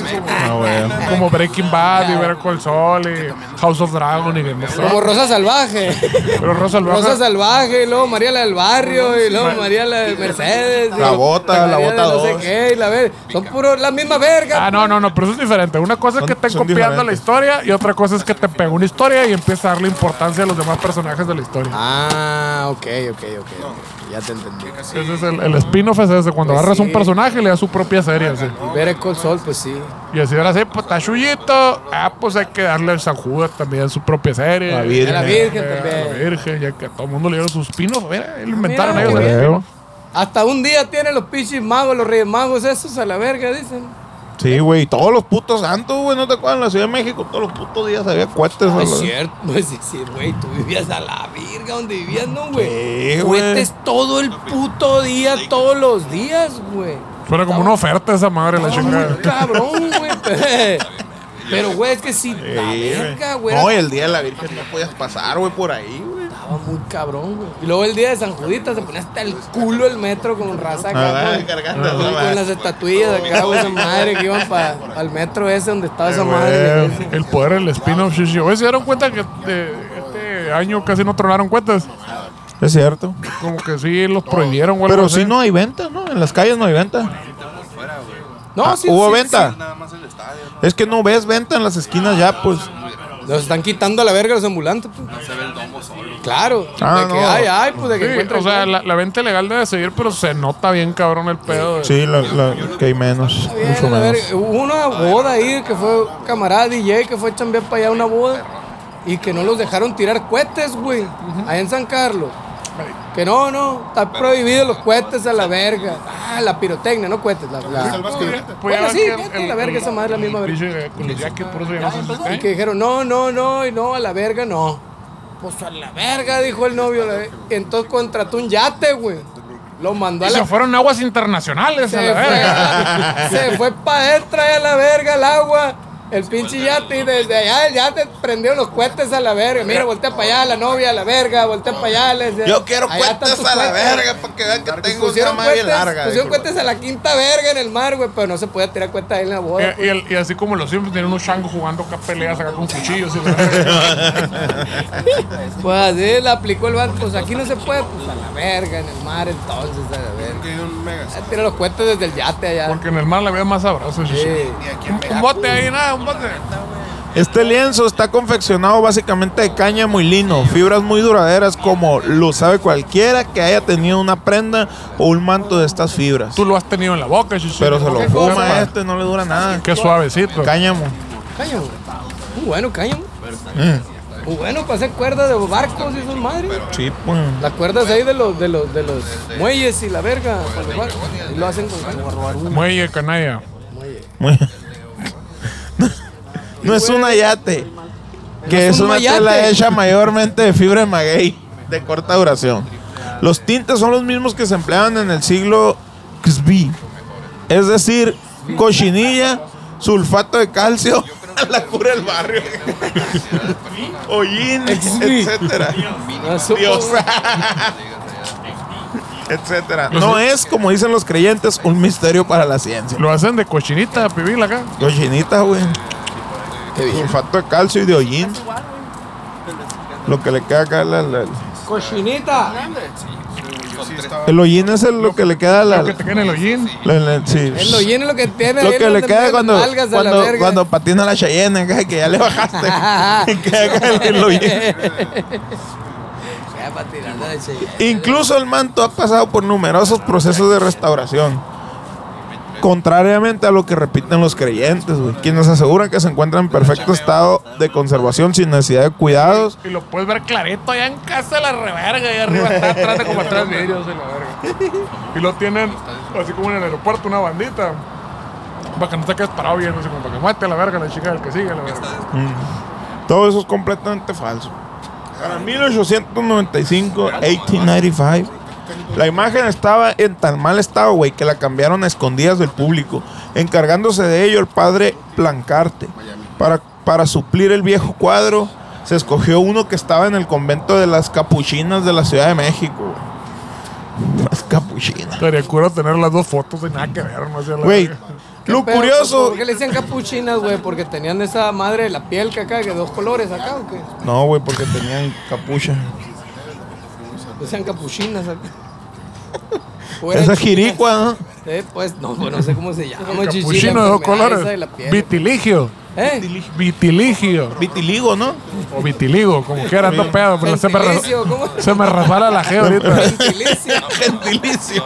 [SPEAKER 1] como, como Breaking Bad y Ver el Sol y House of Dragon y Game of
[SPEAKER 3] Como
[SPEAKER 1] Thrones.
[SPEAKER 3] Rosa Salvaje.
[SPEAKER 1] Pero Rosa Salvaje-
[SPEAKER 3] Rosa Salvaje, y luego María la del Barrio, y luego María la de Mercedes. y
[SPEAKER 2] La Bota, la
[SPEAKER 3] María de
[SPEAKER 2] Bota
[SPEAKER 3] No sé
[SPEAKER 2] dos.
[SPEAKER 3] qué, y la ver- Son puros la misma verga.
[SPEAKER 1] Ah, no, no, no, pero eso es diferente. Una cosa es
[SPEAKER 2] Son-
[SPEAKER 1] que estén
[SPEAKER 2] son
[SPEAKER 1] copiando la
[SPEAKER 2] diferentes.
[SPEAKER 1] historia y otra cosa es que te pega una historia y empieza a darle importancia a los demás personajes de la historia.
[SPEAKER 3] Ah, ok, ok, ok. ok. Ya te entendí.
[SPEAKER 1] Ese es el, el spin-off es ese, cuando
[SPEAKER 3] Pues
[SPEAKER 1] agarras un
[SPEAKER 3] sí.
[SPEAKER 1] personaje y le das su propia serie. así.
[SPEAKER 3] Y Ver el Sol, pues sí.
[SPEAKER 1] Y así ahora sí, pues está Chuyito. Ah, pues hay que darle al San Judas también su propia serie.
[SPEAKER 2] La
[SPEAKER 3] Y a
[SPEAKER 2] Virgen.
[SPEAKER 3] la
[SPEAKER 1] Eh,
[SPEAKER 3] Virgen
[SPEAKER 1] a la
[SPEAKER 3] también.
[SPEAKER 1] Virgen, ya que a todo el mundo le dieron sus pinos. Mira, inventaron
[SPEAKER 3] Mira,
[SPEAKER 1] ellos.
[SPEAKER 3] güey.
[SPEAKER 1] el-
[SPEAKER 3] Hasta un día tienen los pichis magos, los reyes magos, esos a la verga, dicen.
[SPEAKER 2] Sí, güey, todos los putos santos, güey, ¿no te acuerdas? En la Ciudad de México todos los putos días había cohetes.
[SPEAKER 3] No
[SPEAKER 2] a
[SPEAKER 3] es
[SPEAKER 2] la-
[SPEAKER 3] cierto, no es cierto, güey. Tú vivías a la verga donde vivías, ¿no, güey?
[SPEAKER 2] Sí, güey.
[SPEAKER 3] Cohetes todo el puto día, todos los días, güey.
[SPEAKER 1] Suena como una oferta esa madre, la
[SPEAKER 3] Estaba
[SPEAKER 1] chingada.
[SPEAKER 3] muy cabrón, güey. Pero, güey, es que sí, la
[SPEAKER 2] Sí,
[SPEAKER 3] verga,
[SPEAKER 2] güey.
[SPEAKER 3] güey.
[SPEAKER 2] No, y
[SPEAKER 3] era-
[SPEAKER 2] el día de la Virgen no podías pasar, güey, por ahí, güey.
[SPEAKER 3] Estaba muy cabrón, güey. Y luego el día de San Judita se ponía hasta el culo el metro con raza acá.
[SPEAKER 2] Ah,
[SPEAKER 3] güey.
[SPEAKER 2] cargando,
[SPEAKER 3] Con-
[SPEAKER 2] no,
[SPEAKER 3] Con
[SPEAKER 2] va.
[SPEAKER 3] las estatuillas acá, güey, esa madre que iban para el metro ese donde estaba esa madre. güey.
[SPEAKER 1] El poder del spin-off, sí, sí. Oye, ¿se dieron cuenta que eh, este año casi no tronaron cuentas?
[SPEAKER 2] Es cierto.
[SPEAKER 1] Como que sí, los prohibieron, güey.
[SPEAKER 2] Pero sí no hay venta, ¿no? En las calles no hay venta.
[SPEAKER 3] No, sí,
[SPEAKER 2] Ah, ¿Hubo
[SPEAKER 3] sí,
[SPEAKER 2] venta?
[SPEAKER 4] Nada más el estadio. ¿no?
[SPEAKER 2] Es que no ves venta en las esquinas ya, pues.
[SPEAKER 3] sí. Los están quitando a la verga los ambulantes, pues.
[SPEAKER 4] Se ve el domo solo.
[SPEAKER 3] Claro.
[SPEAKER 2] Ah,
[SPEAKER 3] de que
[SPEAKER 2] no.
[SPEAKER 3] ay, ay, pues de que
[SPEAKER 1] Sí,
[SPEAKER 3] encuentran-
[SPEAKER 1] o sea, la, la venta ilegal debe seguir, pero se nota bien cabrón el pedo.
[SPEAKER 2] Sí, la- la- que hay menos,
[SPEAKER 3] Bien,
[SPEAKER 2] mucho
[SPEAKER 3] a ver,
[SPEAKER 2] menos.
[SPEAKER 3] hubo una boda ahí que fue camarada DJ que fue a chambear para allá una boda y que no los dejaron tirar cohetes, güey, allá en San Carlos. Que no, no, está prohibido los cohetes a la verga. Ah, la pirotecnia, no cohetes, la, la-
[SPEAKER 1] Pues ya
[SPEAKER 3] Bueno,
[SPEAKER 1] ves
[SPEAKER 3] sí,
[SPEAKER 1] que
[SPEAKER 3] fíjate, la verga, esa madre, la misma verga.
[SPEAKER 1] pinche de- Con el jacket, por eso ya no se les
[SPEAKER 3] Y
[SPEAKER 1] cae.
[SPEAKER 3] que dijeron, no, no, no, y no, a la verga no. Pues a la verga, dijo el novio. la ve- y entonces contrató un yate, güey. Lo mandó a
[SPEAKER 1] Y
[SPEAKER 3] la
[SPEAKER 1] se fueron aguas internacionales a
[SPEAKER 3] se
[SPEAKER 1] la verga.
[SPEAKER 3] fue, se fue para adentro ahí a la verga el agua. El pinche yate y desde allá ya te prendieron los cohetes a la verga. Mira, voltea para allá la novia a la verga, voltea para allá. les-
[SPEAKER 2] Yo quiero
[SPEAKER 3] allá están
[SPEAKER 2] cuentas
[SPEAKER 3] tus
[SPEAKER 2] a la
[SPEAKER 3] cohetes.
[SPEAKER 2] verga para que vean que tengo una
[SPEAKER 3] Pusieron
[SPEAKER 2] mano
[SPEAKER 3] cohetes,
[SPEAKER 2] bien larga.
[SPEAKER 3] pusieron
[SPEAKER 2] dijo.
[SPEAKER 3] cohetes a la quinta verga en el mar, güey, pero no se podía tirar cohetes ahí en la boda.
[SPEAKER 1] Eh,
[SPEAKER 3] pues.
[SPEAKER 2] pues.
[SPEAKER 1] Y, y el- y así como los siempre tienen unos changos jugando acá peleas acá con cuchillos y la verga.
[SPEAKER 3] Pues así la aplicó el bar, pues aquí no se puede, pues a la verga en el mar entonces, a la verga.
[SPEAKER 4] Que hay un mega.
[SPEAKER 3] Ya Tira los cohetes desde el yate allá.
[SPEAKER 1] Porque en el mar la vida es más sabrosa. sí, sí.
[SPEAKER 3] Sí.
[SPEAKER 4] Y aquí en
[SPEAKER 1] Un, un
[SPEAKER 4] Mega.
[SPEAKER 1] bote ahí, nada, un bote.
[SPEAKER 2] Este lienzo está confeccionado básicamente de cáñamo y lino, fibras muy duraderas como lo sabe cualquiera que haya tenido una prenda o un manto de estas fibras.
[SPEAKER 1] Tú lo has tenido en la boca, sí, sí.
[SPEAKER 2] Pero se lo
[SPEAKER 3] ¿Qué
[SPEAKER 2] fuma
[SPEAKER 3] cosa?
[SPEAKER 2] este, no le dura nada.
[SPEAKER 1] Qué suavecito.
[SPEAKER 2] Cáñamo.
[SPEAKER 3] Caño. Muy bueno, caño. Muy bueno para hacer cuerdas de barcos y esas madres.
[SPEAKER 2] Sí, pues.
[SPEAKER 3] Las cuerdas ahí de los, de los, de los muelles y la verga. para los barcos. Y lo hacen con
[SPEAKER 1] Muelle, canalla.
[SPEAKER 2] Muy- no es un ayate, que
[SPEAKER 3] es
[SPEAKER 2] es
[SPEAKER 3] un
[SPEAKER 2] una
[SPEAKER 3] mayate.
[SPEAKER 2] tela hecha mayormente de fibra de maguey de corta duración. Los tintes son los mismos que se empleaban en el siglo XV, es decir, cochinilla, sulfato de calcio, la cura del barrio, hollín,
[SPEAKER 3] XV.
[SPEAKER 2] etcétera.
[SPEAKER 3] Ah, supo,
[SPEAKER 2] Dios.
[SPEAKER 3] güey.
[SPEAKER 2] etcétera. No es, como dicen los creyentes, un misterio para la ciencia.
[SPEAKER 1] Lo hacen de cochinita, pibil acá.
[SPEAKER 2] Cochinita, güey. Sulfato de calcio y de hollín. Lo que le queda acá, la- la-
[SPEAKER 3] Cochinita.
[SPEAKER 2] el hollín es el- lo que le queda a la,
[SPEAKER 1] Lo que te queda en el hollín.
[SPEAKER 2] la- la- sí.
[SPEAKER 3] El hollín es lo que tiene.
[SPEAKER 2] Lo
[SPEAKER 3] ahí
[SPEAKER 2] que le
[SPEAKER 3] donde
[SPEAKER 2] queda
[SPEAKER 3] meten
[SPEAKER 2] cuando,
[SPEAKER 3] nalgas a la
[SPEAKER 2] cuando,
[SPEAKER 3] verga.
[SPEAKER 2] cuando patina la Cheyenne, acá, que ya le bajaste. Y queda acá el- el hollín.
[SPEAKER 3] Ya, para tirarla de chile.
[SPEAKER 2] Incluso el manto ha pasado por numerosos procesos de restauración. Contrariamente a lo que repiten los creyentes, güey, quienes aseguran que se encuentra en perfecto estado de conservación sin necesidad de cuidados
[SPEAKER 1] Y lo puedes ver clarito allá en casa de la reverga. Allá arriba está atrás de como atrás de ellos, de la verga. Y lo tienen así como en el aeropuerto, una bandita. Para que no te quedes parado bien, así como para que mate a la verga la chica del que sigue, la verga.
[SPEAKER 2] Todo eso es completamente falso. Para 1895, 1895, la imagen estaba en tan mal estado, güey, que la cambiaron a escondidas del público, encargándose de ello el padre Plancarte. Para, para suplir el viejo cuadro, se escogió uno que estaba en el convento de las Capuchinas de la Ciudad de México. güey. Las Capuchinas.
[SPEAKER 1] Estaría cura tener las dos fotos y nada que ver, no sé, la
[SPEAKER 2] Güey,
[SPEAKER 1] verga.
[SPEAKER 2] lo
[SPEAKER 3] Pero,
[SPEAKER 2] curioso...
[SPEAKER 3] ¿Por qué le decían capuchinas, güey? Porque tenían esa madre de la piel que acá, que dos colores acá, ¿o qué?
[SPEAKER 2] No, güey, porque tenían capucha.
[SPEAKER 3] Le decían capuchinas acá. O eran
[SPEAKER 2] Esa
[SPEAKER 3] chinas.
[SPEAKER 2] jiricua, ¿no?
[SPEAKER 3] Eh, pues no, pues, no sé cómo se llama. chichi, la
[SPEAKER 1] Capuchino de dos
[SPEAKER 3] enfermedad esa
[SPEAKER 1] colores.
[SPEAKER 3] de la piel.
[SPEAKER 1] Vitiligio.
[SPEAKER 3] ¿Eh?
[SPEAKER 1] Vitiligio.
[SPEAKER 2] Vitiligo, ¿no?
[SPEAKER 1] O vitiligo, como quiera, no pedo, pero se me, ras-
[SPEAKER 3] Gentilicio, ¿cómo?
[SPEAKER 1] se me resbala la G ahorita.
[SPEAKER 3] Gentilicio.
[SPEAKER 2] Gentilicio.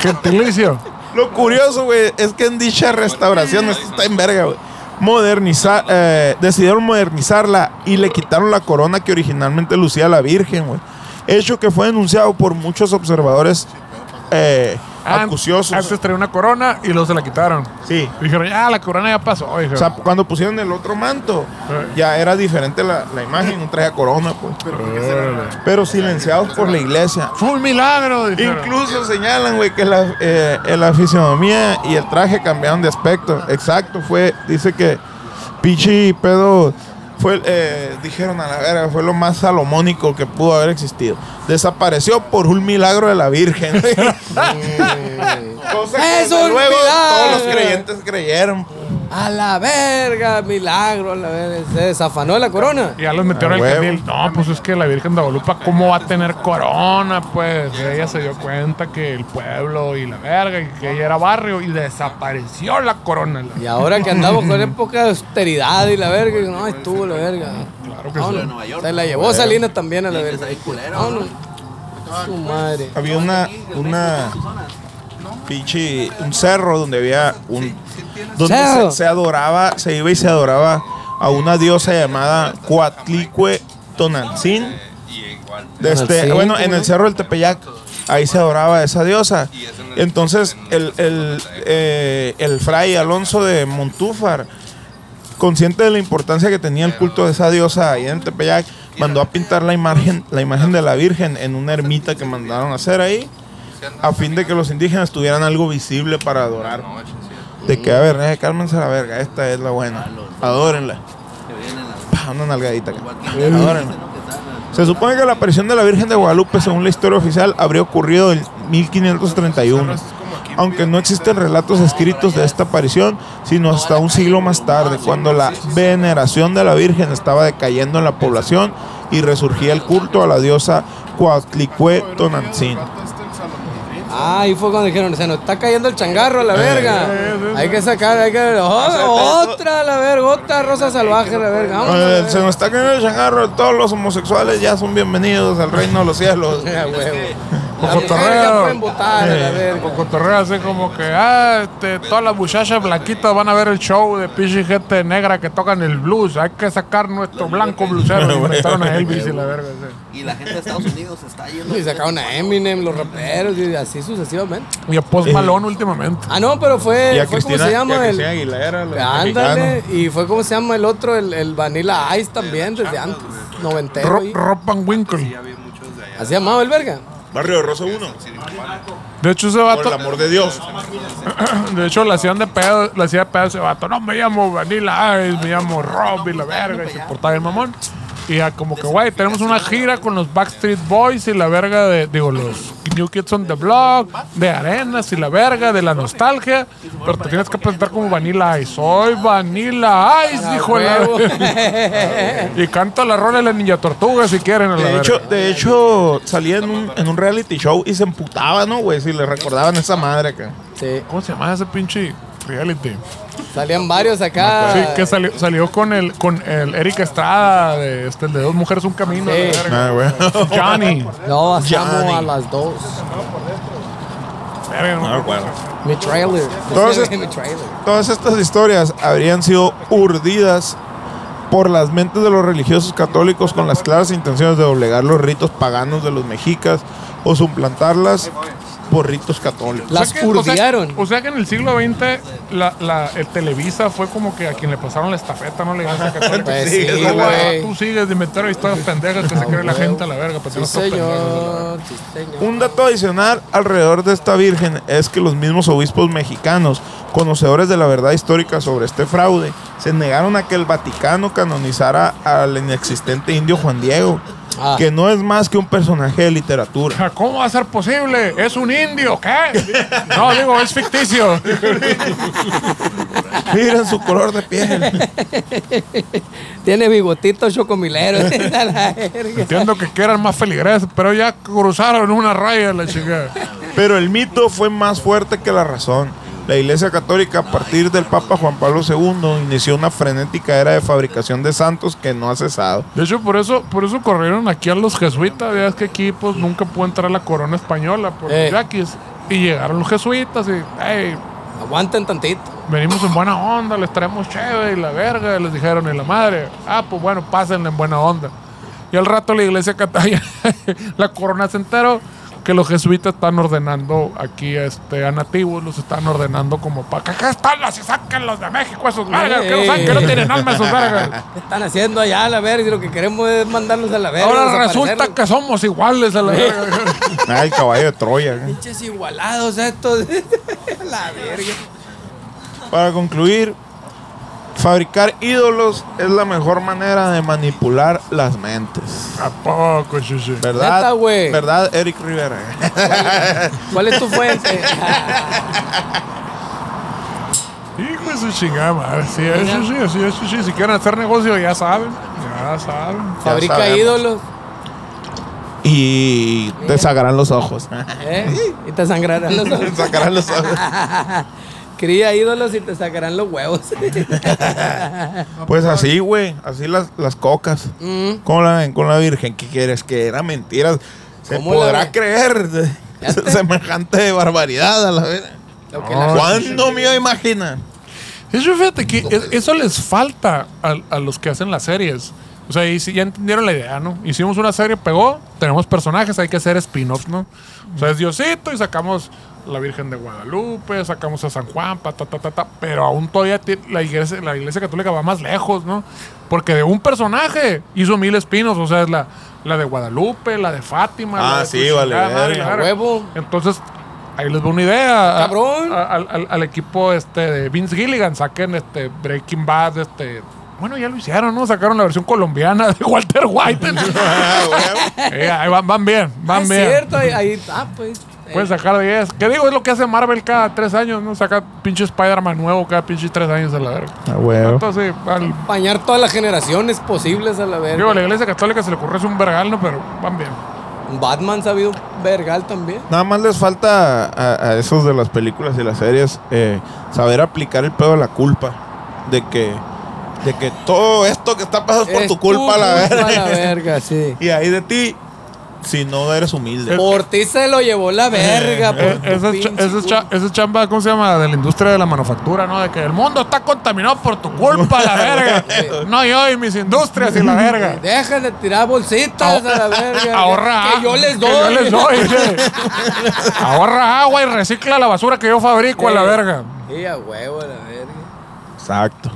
[SPEAKER 1] Gentilicio.
[SPEAKER 2] Lo curioso, güey, es que en dicha restauración, esto está en verga, güey. Modernizar, eh, decidieron modernizarla y le quitaron la corona que originalmente lucía la Virgen, güey. Hecho que fue denunciado por muchos observadores eh,
[SPEAKER 1] An-
[SPEAKER 2] acuciosos.
[SPEAKER 1] Antes traía una corona y luego se la quitaron.
[SPEAKER 2] Sí.
[SPEAKER 1] Dijeron, ya, la corona ya pasó.
[SPEAKER 2] O
[SPEAKER 1] dijeron.
[SPEAKER 2] sea, cuando pusieron el otro manto,
[SPEAKER 1] Eh.
[SPEAKER 2] ya era diferente la, la imagen, no traía corona, pues.
[SPEAKER 1] Órale.
[SPEAKER 2] Pero silenciados por la iglesia.
[SPEAKER 1] Fue un milagro. dijeron.
[SPEAKER 2] Incluso señalan, güey, que la, eh, eh, la fisionomía y el traje cambiaron de aspecto. Exacto, fue, dice que Pichi pedo fue, eh, dijeron a la verga, fue lo más salomónico que pudo haber existido. Desapareció por un milagro de la Virgen. Cosa que
[SPEAKER 3] Es
[SPEAKER 2] desde
[SPEAKER 3] un
[SPEAKER 2] luego todos los
[SPEAKER 3] milagro.
[SPEAKER 2] creyentes creyeron.
[SPEAKER 3] A la verga, milagro, a la verga. Se desafanó de la corona.
[SPEAKER 1] Y ya los metieron
[SPEAKER 2] Ah,
[SPEAKER 1] al
[SPEAKER 2] huevo.
[SPEAKER 1] carril. No, pues es que la Virgen de Guadalupe, ¿cómo va a tener corona? Pues ella se dio cuenta que el pueblo y la verga, y que ella era barrio, y desapareció la corona. la-
[SPEAKER 3] Y ahora que andamos con época de austeridad y la verga, y no, estuvo la verga. Claro
[SPEAKER 1] que sí.
[SPEAKER 3] Se la llevó Salinas también a la verga.
[SPEAKER 5] ahí culero,
[SPEAKER 3] No, no.
[SPEAKER 5] ¿no?
[SPEAKER 3] Su madre.
[SPEAKER 2] Había una, una pinche, un cerro donde había un, donde
[SPEAKER 3] Cerro.
[SPEAKER 2] se, se adoraba, se iba y se adoraba a una diosa llamada Coatlicue Tonantzin. De este-
[SPEAKER 3] Tonantzin,
[SPEAKER 2] bueno, en
[SPEAKER 3] ¿cómo no?
[SPEAKER 2] el cerro del Tepeyac, ahí se adoraba a esa diosa. Entonces, el, el, eh, el fray Alonso de Montúfar, consciente de la importancia que tenía el culto de esa diosa ahí en el Tepeyac, mandó a pintar la imagen, la imagen de la Virgen en una ermita que mandaron a hacer ahí, a fin de que los indígenas tuvieran algo visible para adorar. De que, a ver, eh, cálmense la verga, esta es la buena. Adórenla. Pa, Una nalgadita acá. Adórenla. Se supone que la aparición de la Virgen de Guadalupe, según la historia oficial, habría ocurrido en 1531. Aunque no existen relatos escritos de esta aparición, sino hasta un siglo más tarde, cuando la veneración de la Virgen estaba decayendo en la población y resurgía el culto a la diosa Coatlicue Tonantzin.
[SPEAKER 3] Ah, ahí fue cuando dijeron, se nos está cayendo el changarro a
[SPEAKER 5] Eh,
[SPEAKER 3] la verga. Hay que sacar, hay que... ¡Oh, otra a la verga, otra rosa salvaje a la verga. Vamos,
[SPEAKER 2] Eh, se nos está cayendo el changarro, todos los homosexuales ya son bienvenidos al reino de los cielos.
[SPEAKER 3] Eh,
[SPEAKER 1] Con
[SPEAKER 3] Las mujeres
[SPEAKER 1] cotorreo. Eh.
[SPEAKER 3] ya pueden votar a la verga.
[SPEAKER 1] Con cotorreo así como que, ah, este, todas las muchachas blanquitas van a ver el show de pinche gente negra que tocan el blues. Hay que sacar nuestro blanco blusero. Y inventaron a Elvis y la verga. sí.
[SPEAKER 5] Y la gente de Estados Unidos se está yendo.
[SPEAKER 3] Y sacaron a Eminem, los raperos y así sucesivamente.
[SPEAKER 1] Y a Post Malone últimamente.
[SPEAKER 3] Ah, no, pero
[SPEAKER 2] Y
[SPEAKER 3] fue,
[SPEAKER 2] a
[SPEAKER 3] fue ¿cómo
[SPEAKER 2] Cristina,
[SPEAKER 3] se
[SPEAKER 2] y a
[SPEAKER 3] llama? El,
[SPEAKER 2] Cristina Aguilera, los
[SPEAKER 3] Ándale,
[SPEAKER 2] mexicanos.
[SPEAKER 3] y fue como se llama el otro, el, el Vanilla Ice también, desde antes, noventero.
[SPEAKER 1] Rob,
[SPEAKER 3] ahí.
[SPEAKER 1] Rob Van Winkle.
[SPEAKER 3] Así llamaba el verga.
[SPEAKER 2] Barrio de Rosa 1,
[SPEAKER 1] De hecho, ese
[SPEAKER 2] por el
[SPEAKER 1] vato,
[SPEAKER 2] amor de Dios.
[SPEAKER 1] De hecho, la hacían de pedo, la hacía de pedo ese vato. No, me llamo Vanilla Ice, me llamo Rob y la verga. Y se portaba el mamón. Y ya como que, güey, tenemos una gira con los Backstreet Boys y la verga de, digo, los New Kids on the Block, de Arenas y la verga, de la nostalgia. Pero te tienes que presentar como Vanilla Ice. Soy Vanilla Ice, dijo la
[SPEAKER 3] huevo.
[SPEAKER 1] Y canta la rola de la Ninja Tortuga si quieren, a la
[SPEAKER 2] De hecho,
[SPEAKER 1] verga.
[SPEAKER 2] de hecho, salía en un, en un reality show y se emputaba, ¿no, güey? Si le recordaban esa madre acá.
[SPEAKER 3] Sí,
[SPEAKER 1] ¿Cómo se llama ese pinche reality?
[SPEAKER 3] salían varios acá.
[SPEAKER 1] Sí, que salió, salió con el con el Eric Estrada de este el de dos mujeres un camino.
[SPEAKER 3] Sí.
[SPEAKER 1] la verga.
[SPEAKER 2] Ah, güey.
[SPEAKER 1] Johnny.
[SPEAKER 3] No, pasamos
[SPEAKER 2] Johnny.
[SPEAKER 3] a las dos.
[SPEAKER 1] Verga, no me acuerdo.
[SPEAKER 3] Mi trailer.
[SPEAKER 2] Entonces-
[SPEAKER 3] mi trailer.
[SPEAKER 2] Todas estas historias habrían sido urdidas por las mentes de los religiosos católicos con las claras intenciones de doblegar los ritos paganos de los mexicas o suplantarlas por ritos católicos.
[SPEAKER 3] Las
[SPEAKER 1] que- sea-
[SPEAKER 3] urdiaron.
[SPEAKER 1] O sea que en el siglo XX la, la, el Televisa fue como que a quien le pasaron la estafeta, no le iglesia católica.
[SPEAKER 3] Pues
[SPEAKER 2] sí,
[SPEAKER 3] sí,
[SPEAKER 1] Tú, ah,
[SPEAKER 3] güey.
[SPEAKER 1] tú sigues de inventar historias pendejas que se cree la
[SPEAKER 3] huevo.
[SPEAKER 1] gente a la verga. pues, para
[SPEAKER 3] Sí,
[SPEAKER 1] tener otros pendejos a la verga.
[SPEAKER 3] señor. Sí, señor.
[SPEAKER 2] Un dato adicional alrededor de esta virgen es que los mismos obispos mexicanos, conocedores de la verdad histórica sobre este fraude, se negaron a que el Vaticano canonizara al inexistente indio Juan Diego,
[SPEAKER 3] Ah.
[SPEAKER 2] que no es más que un personaje de literatura.
[SPEAKER 1] Ja, ¿Cómo va a ser posible? Es un indio, ¿qué? No, digo, es ficticio.
[SPEAKER 2] Miren su color de piel.
[SPEAKER 3] Tiene bigotito chocomilero. a la verga.
[SPEAKER 1] Entiendo que quieran más feligreses, pero ya cruzaron una raya la chica.
[SPEAKER 2] Pero el mito fue más fuerte que la razón. La Iglesia Católica, a partir del Papa Juan Pablo II, inició una frenética era de fabricación de santos que no ha cesado.
[SPEAKER 1] De hecho, por eso, por eso corrieron aquí a los jesuitas. Ya es que aquí pues nunca pudo entrar la corona española por
[SPEAKER 3] Eh.
[SPEAKER 1] los yaquis. Y llegaron los jesuitas y, hey,
[SPEAKER 3] Aguanten tantito.
[SPEAKER 1] venimos en buena onda, les traemos chévere y la verga, les dijeron, y la madre. Ah, pues bueno, pásenle en buena onda. Y al rato la iglesia católica, la corona se enteró que los jesuitas están ordenando aquí este, a nativos, los están ordenando como para que acá están las y sáquenlos de México, esos vergas, que no saben que no tienen alma esos vergas.
[SPEAKER 3] ¿Qué están haciendo allá a la verga? Y lo que queremos es mandarlos a la verga.
[SPEAKER 1] Ahora
[SPEAKER 3] desaparecerlos.
[SPEAKER 1] resulta que somos iguales a la verga.
[SPEAKER 2] Ah, el caballo de Troya. ¿eh? güey.
[SPEAKER 3] Pinches igualados estos. A la verga.
[SPEAKER 2] Para concluir, fabricar ídolos es la mejor manera de manipular las mentes.
[SPEAKER 1] ¿A poco, chuchi?
[SPEAKER 2] ¿Verdad?
[SPEAKER 3] Neta, güey.
[SPEAKER 2] ¿Verdad, Eric Rivera?
[SPEAKER 3] ¿Cuál es tu fuente?
[SPEAKER 1] Hijo de su chingada madre. Sí, es chuchi, así es chuchi. Si quieren hacer negocio, ya saben. Ya saben.
[SPEAKER 3] Fabrica
[SPEAKER 2] sabemos.
[SPEAKER 3] ídolos.
[SPEAKER 2] Y te sacarán los ojos.
[SPEAKER 3] ¿eh? Y te sangrarán los
[SPEAKER 2] Te
[SPEAKER 3] ojos.
[SPEAKER 2] sacarán los ojos.
[SPEAKER 3] Cría ídolos y te sacarán los huevos.
[SPEAKER 2] Pues así, güey. Así las, las cocas.
[SPEAKER 3] Mm.
[SPEAKER 2] Con, la, con la Virgen, ¿qué quieres? Que era mentira. Se
[SPEAKER 3] ¿Cómo la
[SPEAKER 2] podrá
[SPEAKER 3] ve?
[SPEAKER 2] creer de-
[SPEAKER 3] Ya te-
[SPEAKER 2] semejante barbaridad a la vez.
[SPEAKER 3] Lo que la-
[SPEAKER 2] ¿Cuándo me iba a imaginar?
[SPEAKER 1] Eso fíjate que es- eso les falta a, a los que hacen las series. O sea, y si- ya entendieron la idea, ¿no? Hicimos una serie, pegó, tenemos personajes, hay que hacer spin-offs, ¿no? O sea, es Diosito y sacamos la Virgen de Guadalupe, sacamos a San Juan, pa, ta, ta, ta, ta, pero aún todavía ti- la iglesia, la iglesia católica va más lejos, ¿no? Porque de un personaje hizo mil espinos, o sea, es la, la de Guadalupe, la de Fátima. la
[SPEAKER 2] Ah,
[SPEAKER 1] de
[SPEAKER 2] sí,
[SPEAKER 1] tu
[SPEAKER 2] vale,
[SPEAKER 1] chingada madre,
[SPEAKER 2] verga.
[SPEAKER 1] la verga.
[SPEAKER 3] Huevo.
[SPEAKER 1] Entonces, ahí les doy una idea. a-
[SPEAKER 3] Cabrón.
[SPEAKER 1] a- al, al- al equipo este de Vince Gilligan, saquen este Breaking Bad, este. Bueno, ya lo hicieron, ¿no? Sacaron la versión colombiana de Walter White.
[SPEAKER 2] Ah,
[SPEAKER 1] Eh, ahí van, van bien,
[SPEAKER 3] Ah,
[SPEAKER 1] van
[SPEAKER 3] es
[SPEAKER 1] bien.
[SPEAKER 3] cierto, ahí, ahí ah, pues. eh,
[SPEAKER 1] Pueden sacar 10. ¿Qué digo? Es lo que hace Marvel cada tres años, ¿no? Saca pinche Spider-Man nuevo cada pinche tres años a la verga.
[SPEAKER 2] Ah, huevo.
[SPEAKER 1] Entonces, al,
[SPEAKER 3] Bañar todas las generaciones posibles a la
[SPEAKER 1] digo, a
[SPEAKER 3] verga.
[SPEAKER 1] la iglesia católica se le ocurre hacer un vergal, ¿no? Pero van bien.
[SPEAKER 3] Batman sabido vergal también.
[SPEAKER 2] Nada más les falta a, a esos de las películas y las series eh, saber aplicar el pedo de la culpa. De que, de que todo esto que está pasando es por
[SPEAKER 3] Es
[SPEAKER 2] tu culpa, la
[SPEAKER 3] culpa, la
[SPEAKER 2] verga.
[SPEAKER 3] verga, sí.
[SPEAKER 2] Y ahí de ti, si no eres humilde.
[SPEAKER 3] Por ti se lo llevó la verga.
[SPEAKER 1] Eh,
[SPEAKER 3] por tu
[SPEAKER 1] Esa es, cha- esa
[SPEAKER 3] pinche
[SPEAKER 1] es
[SPEAKER 3] culpa.
[SPEAKER 1] cha- esa es chamba, ¿cómo se llama? De la industria de la manufactura, ¿no? De que el mundo está contaminado por tu culpa, la verga. No yo y mis industrias y la verga.
[SPEAKER 3] Dejen de tirar bolsitas a la verga.
[SPEAKER 1] Ahorra.
[SPEAKER 3] Que yo les doy.
[SPEAKER 1] Que yo les doy. Ahorra agua y recicla la basura que yo fabrico a la
[SPEAKER 3] Sí.
[SPEAKER 1] verga.
[SPEAKER 3] Eh, Sí, a huevo, a la verga.
[SPEAKER 2] Exacto.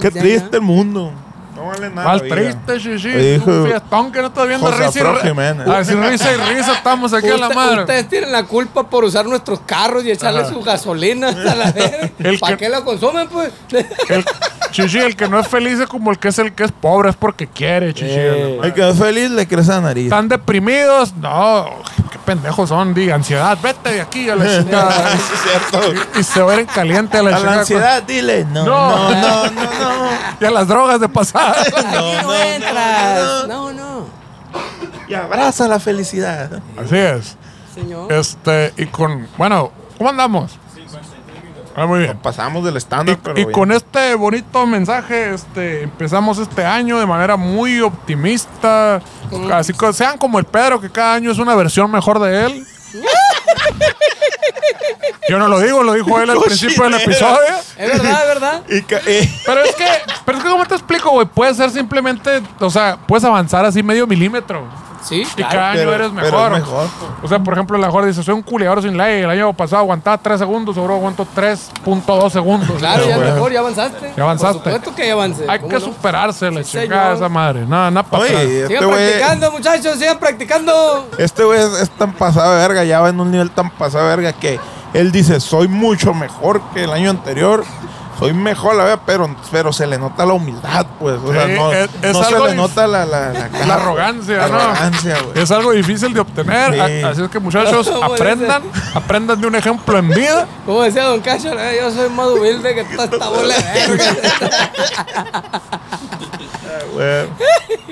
[SPEAKER 2] Qué
[SPEAKER 3] Pues Ya,
[SPEAKER 2] triste
[SPEAKER 3] ya.
[SPEAKER 2] el mundo. No vale nada.
[SPEAKER 1] Mal
[SPEAKER 2] la vida.
[SPEAKER 1] triste, chichi.
[SPEAKER 2] Dijo
[SPEAKER 1] Un fiestón que no estás viendo
[SPEAKER 2] José
[SPEAKER 1] risa y
[SPEAKER 2] Afro
[SPEAKER 1] risa.
[SPEAKER 2] Jiménez.
[SPEAKER 1] Así risa y risa estamos aquí a la
[SPEAKER 3] Usted-
[SPEAKER 1] madre.
[SPEAKER 3] Ustedes tienen la culpa por usar nuestros carros y echarle su gasolina a la verga.
[SPEAKER 1] El
[SPEAKER 3] ¿Para
[SPEAKER 1] que-
[SPEAKER 3] qué la consumen, pues?
[SPEAKER 1] El, chichi, el que no es feliz es como el que es el que es pobre, es porque quiere, chichi. a
[SPEAKER 3] Eh,
[SPEAKER 1] la
[SPEAKER 2] El que es feliz le crece la nariz.
[SPEAKER 1] ¿Están deprimidos? No, qué pendejos son, diga, ansiedad, vete de aquí a la chingada.
[SPEAKER 2] Sí, es cierto.
[SPEAKER 1] y se va a ir en caliente a la
[SPEAKER 2] A la
[SPEAKER 1] chingada.
[SPEAKER 2] ansiedad, dile. No,
[SPEAKER 1] No.
[SPEAKER 2] no, no, no, no.
[SPEAKER 1] Y a las drogas de pasada.
[SPEAKER 3] Aquí no,
[SPEAKER 2] no, no,
[SPEAKER 3] entras. No, no.
[SPEAKER 2] Y abraza la felicidad.
[SPEAKER 1] Así es.
[SPEAKER 3] Señor.
[SPEAKER 1] Este, y con, bueno, ¿cómo andamos? Ah, muy bien.
[SPEAKER 2] Pasamos del
[SPEAKER 1] Y,
[SPEAKER 2] estándar, pero
[SPEAKER 1] y
[SPEAKER 2] bien.
[SPEAKER 1] con este bonito mensaje, este, empezamos este año de manera muy optimista. Así que sean como el Pedro, que cada año es una versión mejor de él. Yo no lo digo, lo dijo él al principio del episodio.
[SPEAKER 3] Es verdad, es verdad.
[SPEAKER 2] Y ca- y-
[SPEAKER 1] Pero es que, pero es que, ¿cómo te explico, güey? Puedes ser simplemente, o sea, puedes avanzar así medio milímetro.
[SPEAKER 3] Sí,
[SPEAKER 1] Y
[SPEAKER 3] claro.
[SPEAKER 1] cada año
[SPEAKER 2] pero-
[SPEAKER 1] eres
[SPEAKER 2] pero es
[SPEAKER 1] mejor.
[SPEAKER 2] mejor.
[SPEAKER 1] O sea, por ejemplo, la Jorge dice, soy un culiador sin ley. El año pasado aguantaba 3 segundos, ahora aguanto 3.2 segundos.
[SPEAKER 3] Claro,
[SPEAKER 1] Pero
[SPEAKER 3] ya
[SPEAKER 1] bueno,
[SPEAKER 3] mejor, ya avanzaste.
[SPEAKER 1] Ya avanzaste.
[SPEAKER 3] Por supuesto que ya avancé.
[SPEAKER 1] Hay
[SPEAKER 3] ¿cómo
[SPEAKER 1] que
[SPEAKER 3] no?
[SPEAKER 1] superarse la
[SPEAKER 3] Sí,
[SPEAKER 1] chingada de
[SPEAKER 3] señor.
[SPEAKER 1] esa madre. Nada, nada para atrás.
[SPEAKER 2] Oye, este
[SPEAKER 3] Sigan
[SPEAKER 2] güey.
[SPEAKER 3] practicando, muchachos, sigan practicando.
[SPEAKER 2] Este güey es, es tan pasado de verga, ya va en un nivel tan pasado de verga que él dice, soy mucho mejor que el año anterior. Soy mejor, la verdad, pero, pero se le nota la humildad, pues. O sea,
[SPEAKER 1] Sí,
[SPEAKER 2] no,
[SPEAKER 1] es- es
[SPEAKER 2] no se
[SPEAKER 1] algo
[SPEAKER 2] le
[SPEAKER 1] dif-
[SPEAKER 2] nota la, la, la, cara,
[SPEAKER 1] La arrogancia,
[SPEAKER 2] la
[SPEAKER 1] ¿no?
[SPEAKER 2] arrogancia, güey.
[SPEAKER 1] Es algo difícil de obtener.
[SPEAKER 2] Sí.
[SPEAKER 1] a- Así es que, muchachos,
[SPEAKER 3] ¿Cómo dice?
[SPEAKER 1] aprendan. Aprendan de un ejemplo en vida.
[SPEAKER 3] Como decía Don Cacho, eh, yo soy más humilde que toda esta bola de verga.
[SPEAKER 2] Güey.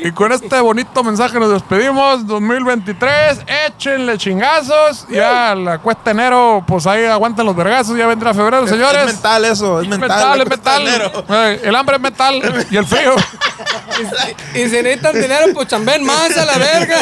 [SPEAKER 1] Y con este bonito mensaje nos despedimos. 2023, échenle chingazos. Ya la cuesta enero, pues ahí aguantan los vergazos. Ya vendrá febrero,
[SPEAKER 2] Es- Es
[SPEAKER 1] señores.
[SPEAKER 2] mental eso, es mental.
[SPEAKER 1] metal, es
[SPEAKER 2] costanero.
[SPEAKER 1] metal. Ay, El hambre es metal y el frío.
[SPEAKER 3] Y se necesitan dinero, pues chamben más a la verga.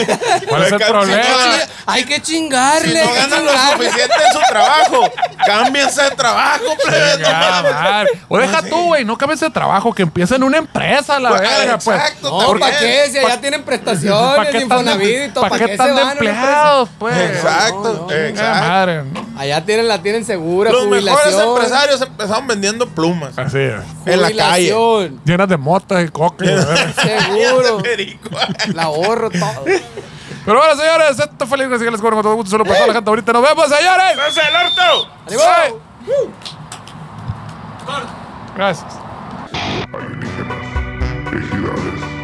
[SPEAKER 1] ¿Cuál es el
[SPEAKER 2] Si no
[SPEAKER 1] problema?
[SPEAKER 2] gana-
[SPEAKER 3] Hay que chingarle.
[SPEAKER 2] Si
[SPEAKER 3] hay
[SPEAKER 2] no
[SPEAKER 3] que
[SPEAKER 2] ganan lo
[SPEAKER 3] chingarle.
[SPEAKER 2] suficiente en su trabajo, cámbiense de trabajo, plebe. no
[SPEAKER 1] Ya,
[SPEAKER 2] mames.
[SPEAKER 1] madre. O deja tú, güey, no cambies de trabajo, que empiece en una empresa, la
[SPEAKER 2] Pues,
[SPEAKER 1] verga, pues.
[SPEAKER 2] exacto,
[SPEAKER 3] No,
[SPEAKER 2] también.
[SPEAKER 3] ¿para qué? Si allá tienen
[SPEAKER 1] ¿Para
[SPEAKER 3] prestaciones,
[SPEAKER 1] qué están
[SPEAKER 3] Infonavit y
[SPEAKER 1] de,
[SPEAKER 3] todo.
[SPEAKER 1] pa'
[SPEAKER 3] ¿Para
[SPEAKER 1] qué
[SPEAKER 3] qué se
[SPEAKER 1] están de
[SPEAKER 3] van a una empresa?
[SPEAKER 1] empleados, pues?
[SPEAKER 2] Exacto,
[SPEAKER 1] Venga,
[SPEAKER 2] exacto.
[SPEAKER 1] madre, ¿no?
[SPEAKER 3] Allá tienen, la tienen segura,
[SPEAKER 2] Los mejores
[SPEAKER 3] jubilación.
[SPEAKER 2] empresarios empezaron vendiendo plumas
[SPEAKER 1] Así es.
[SPEAKER 2] en la calle.
[SPEAKER 3] jubilación,
[SPEAKER 1] Llenas de motas y coca. y la verga.
[SPEAKER 3] Seguro.
[SPEAKER 2] Perico.
[SPEAKER 3] La ahorro todo.
[SPEAKER 1] Pero bueno, señores, esto fue Libre Siguientes con todo gusto. Solo para toda la gente ahorita. ¡Nos vemos, señores!
[SPEAKER 2] ¡Ese es el orto!
[SPEAKER 3] ¡Ánimo!
[SPEAKER 1] Bye. Gracias.
[SPEAKER 6] alienígenas, ejidales.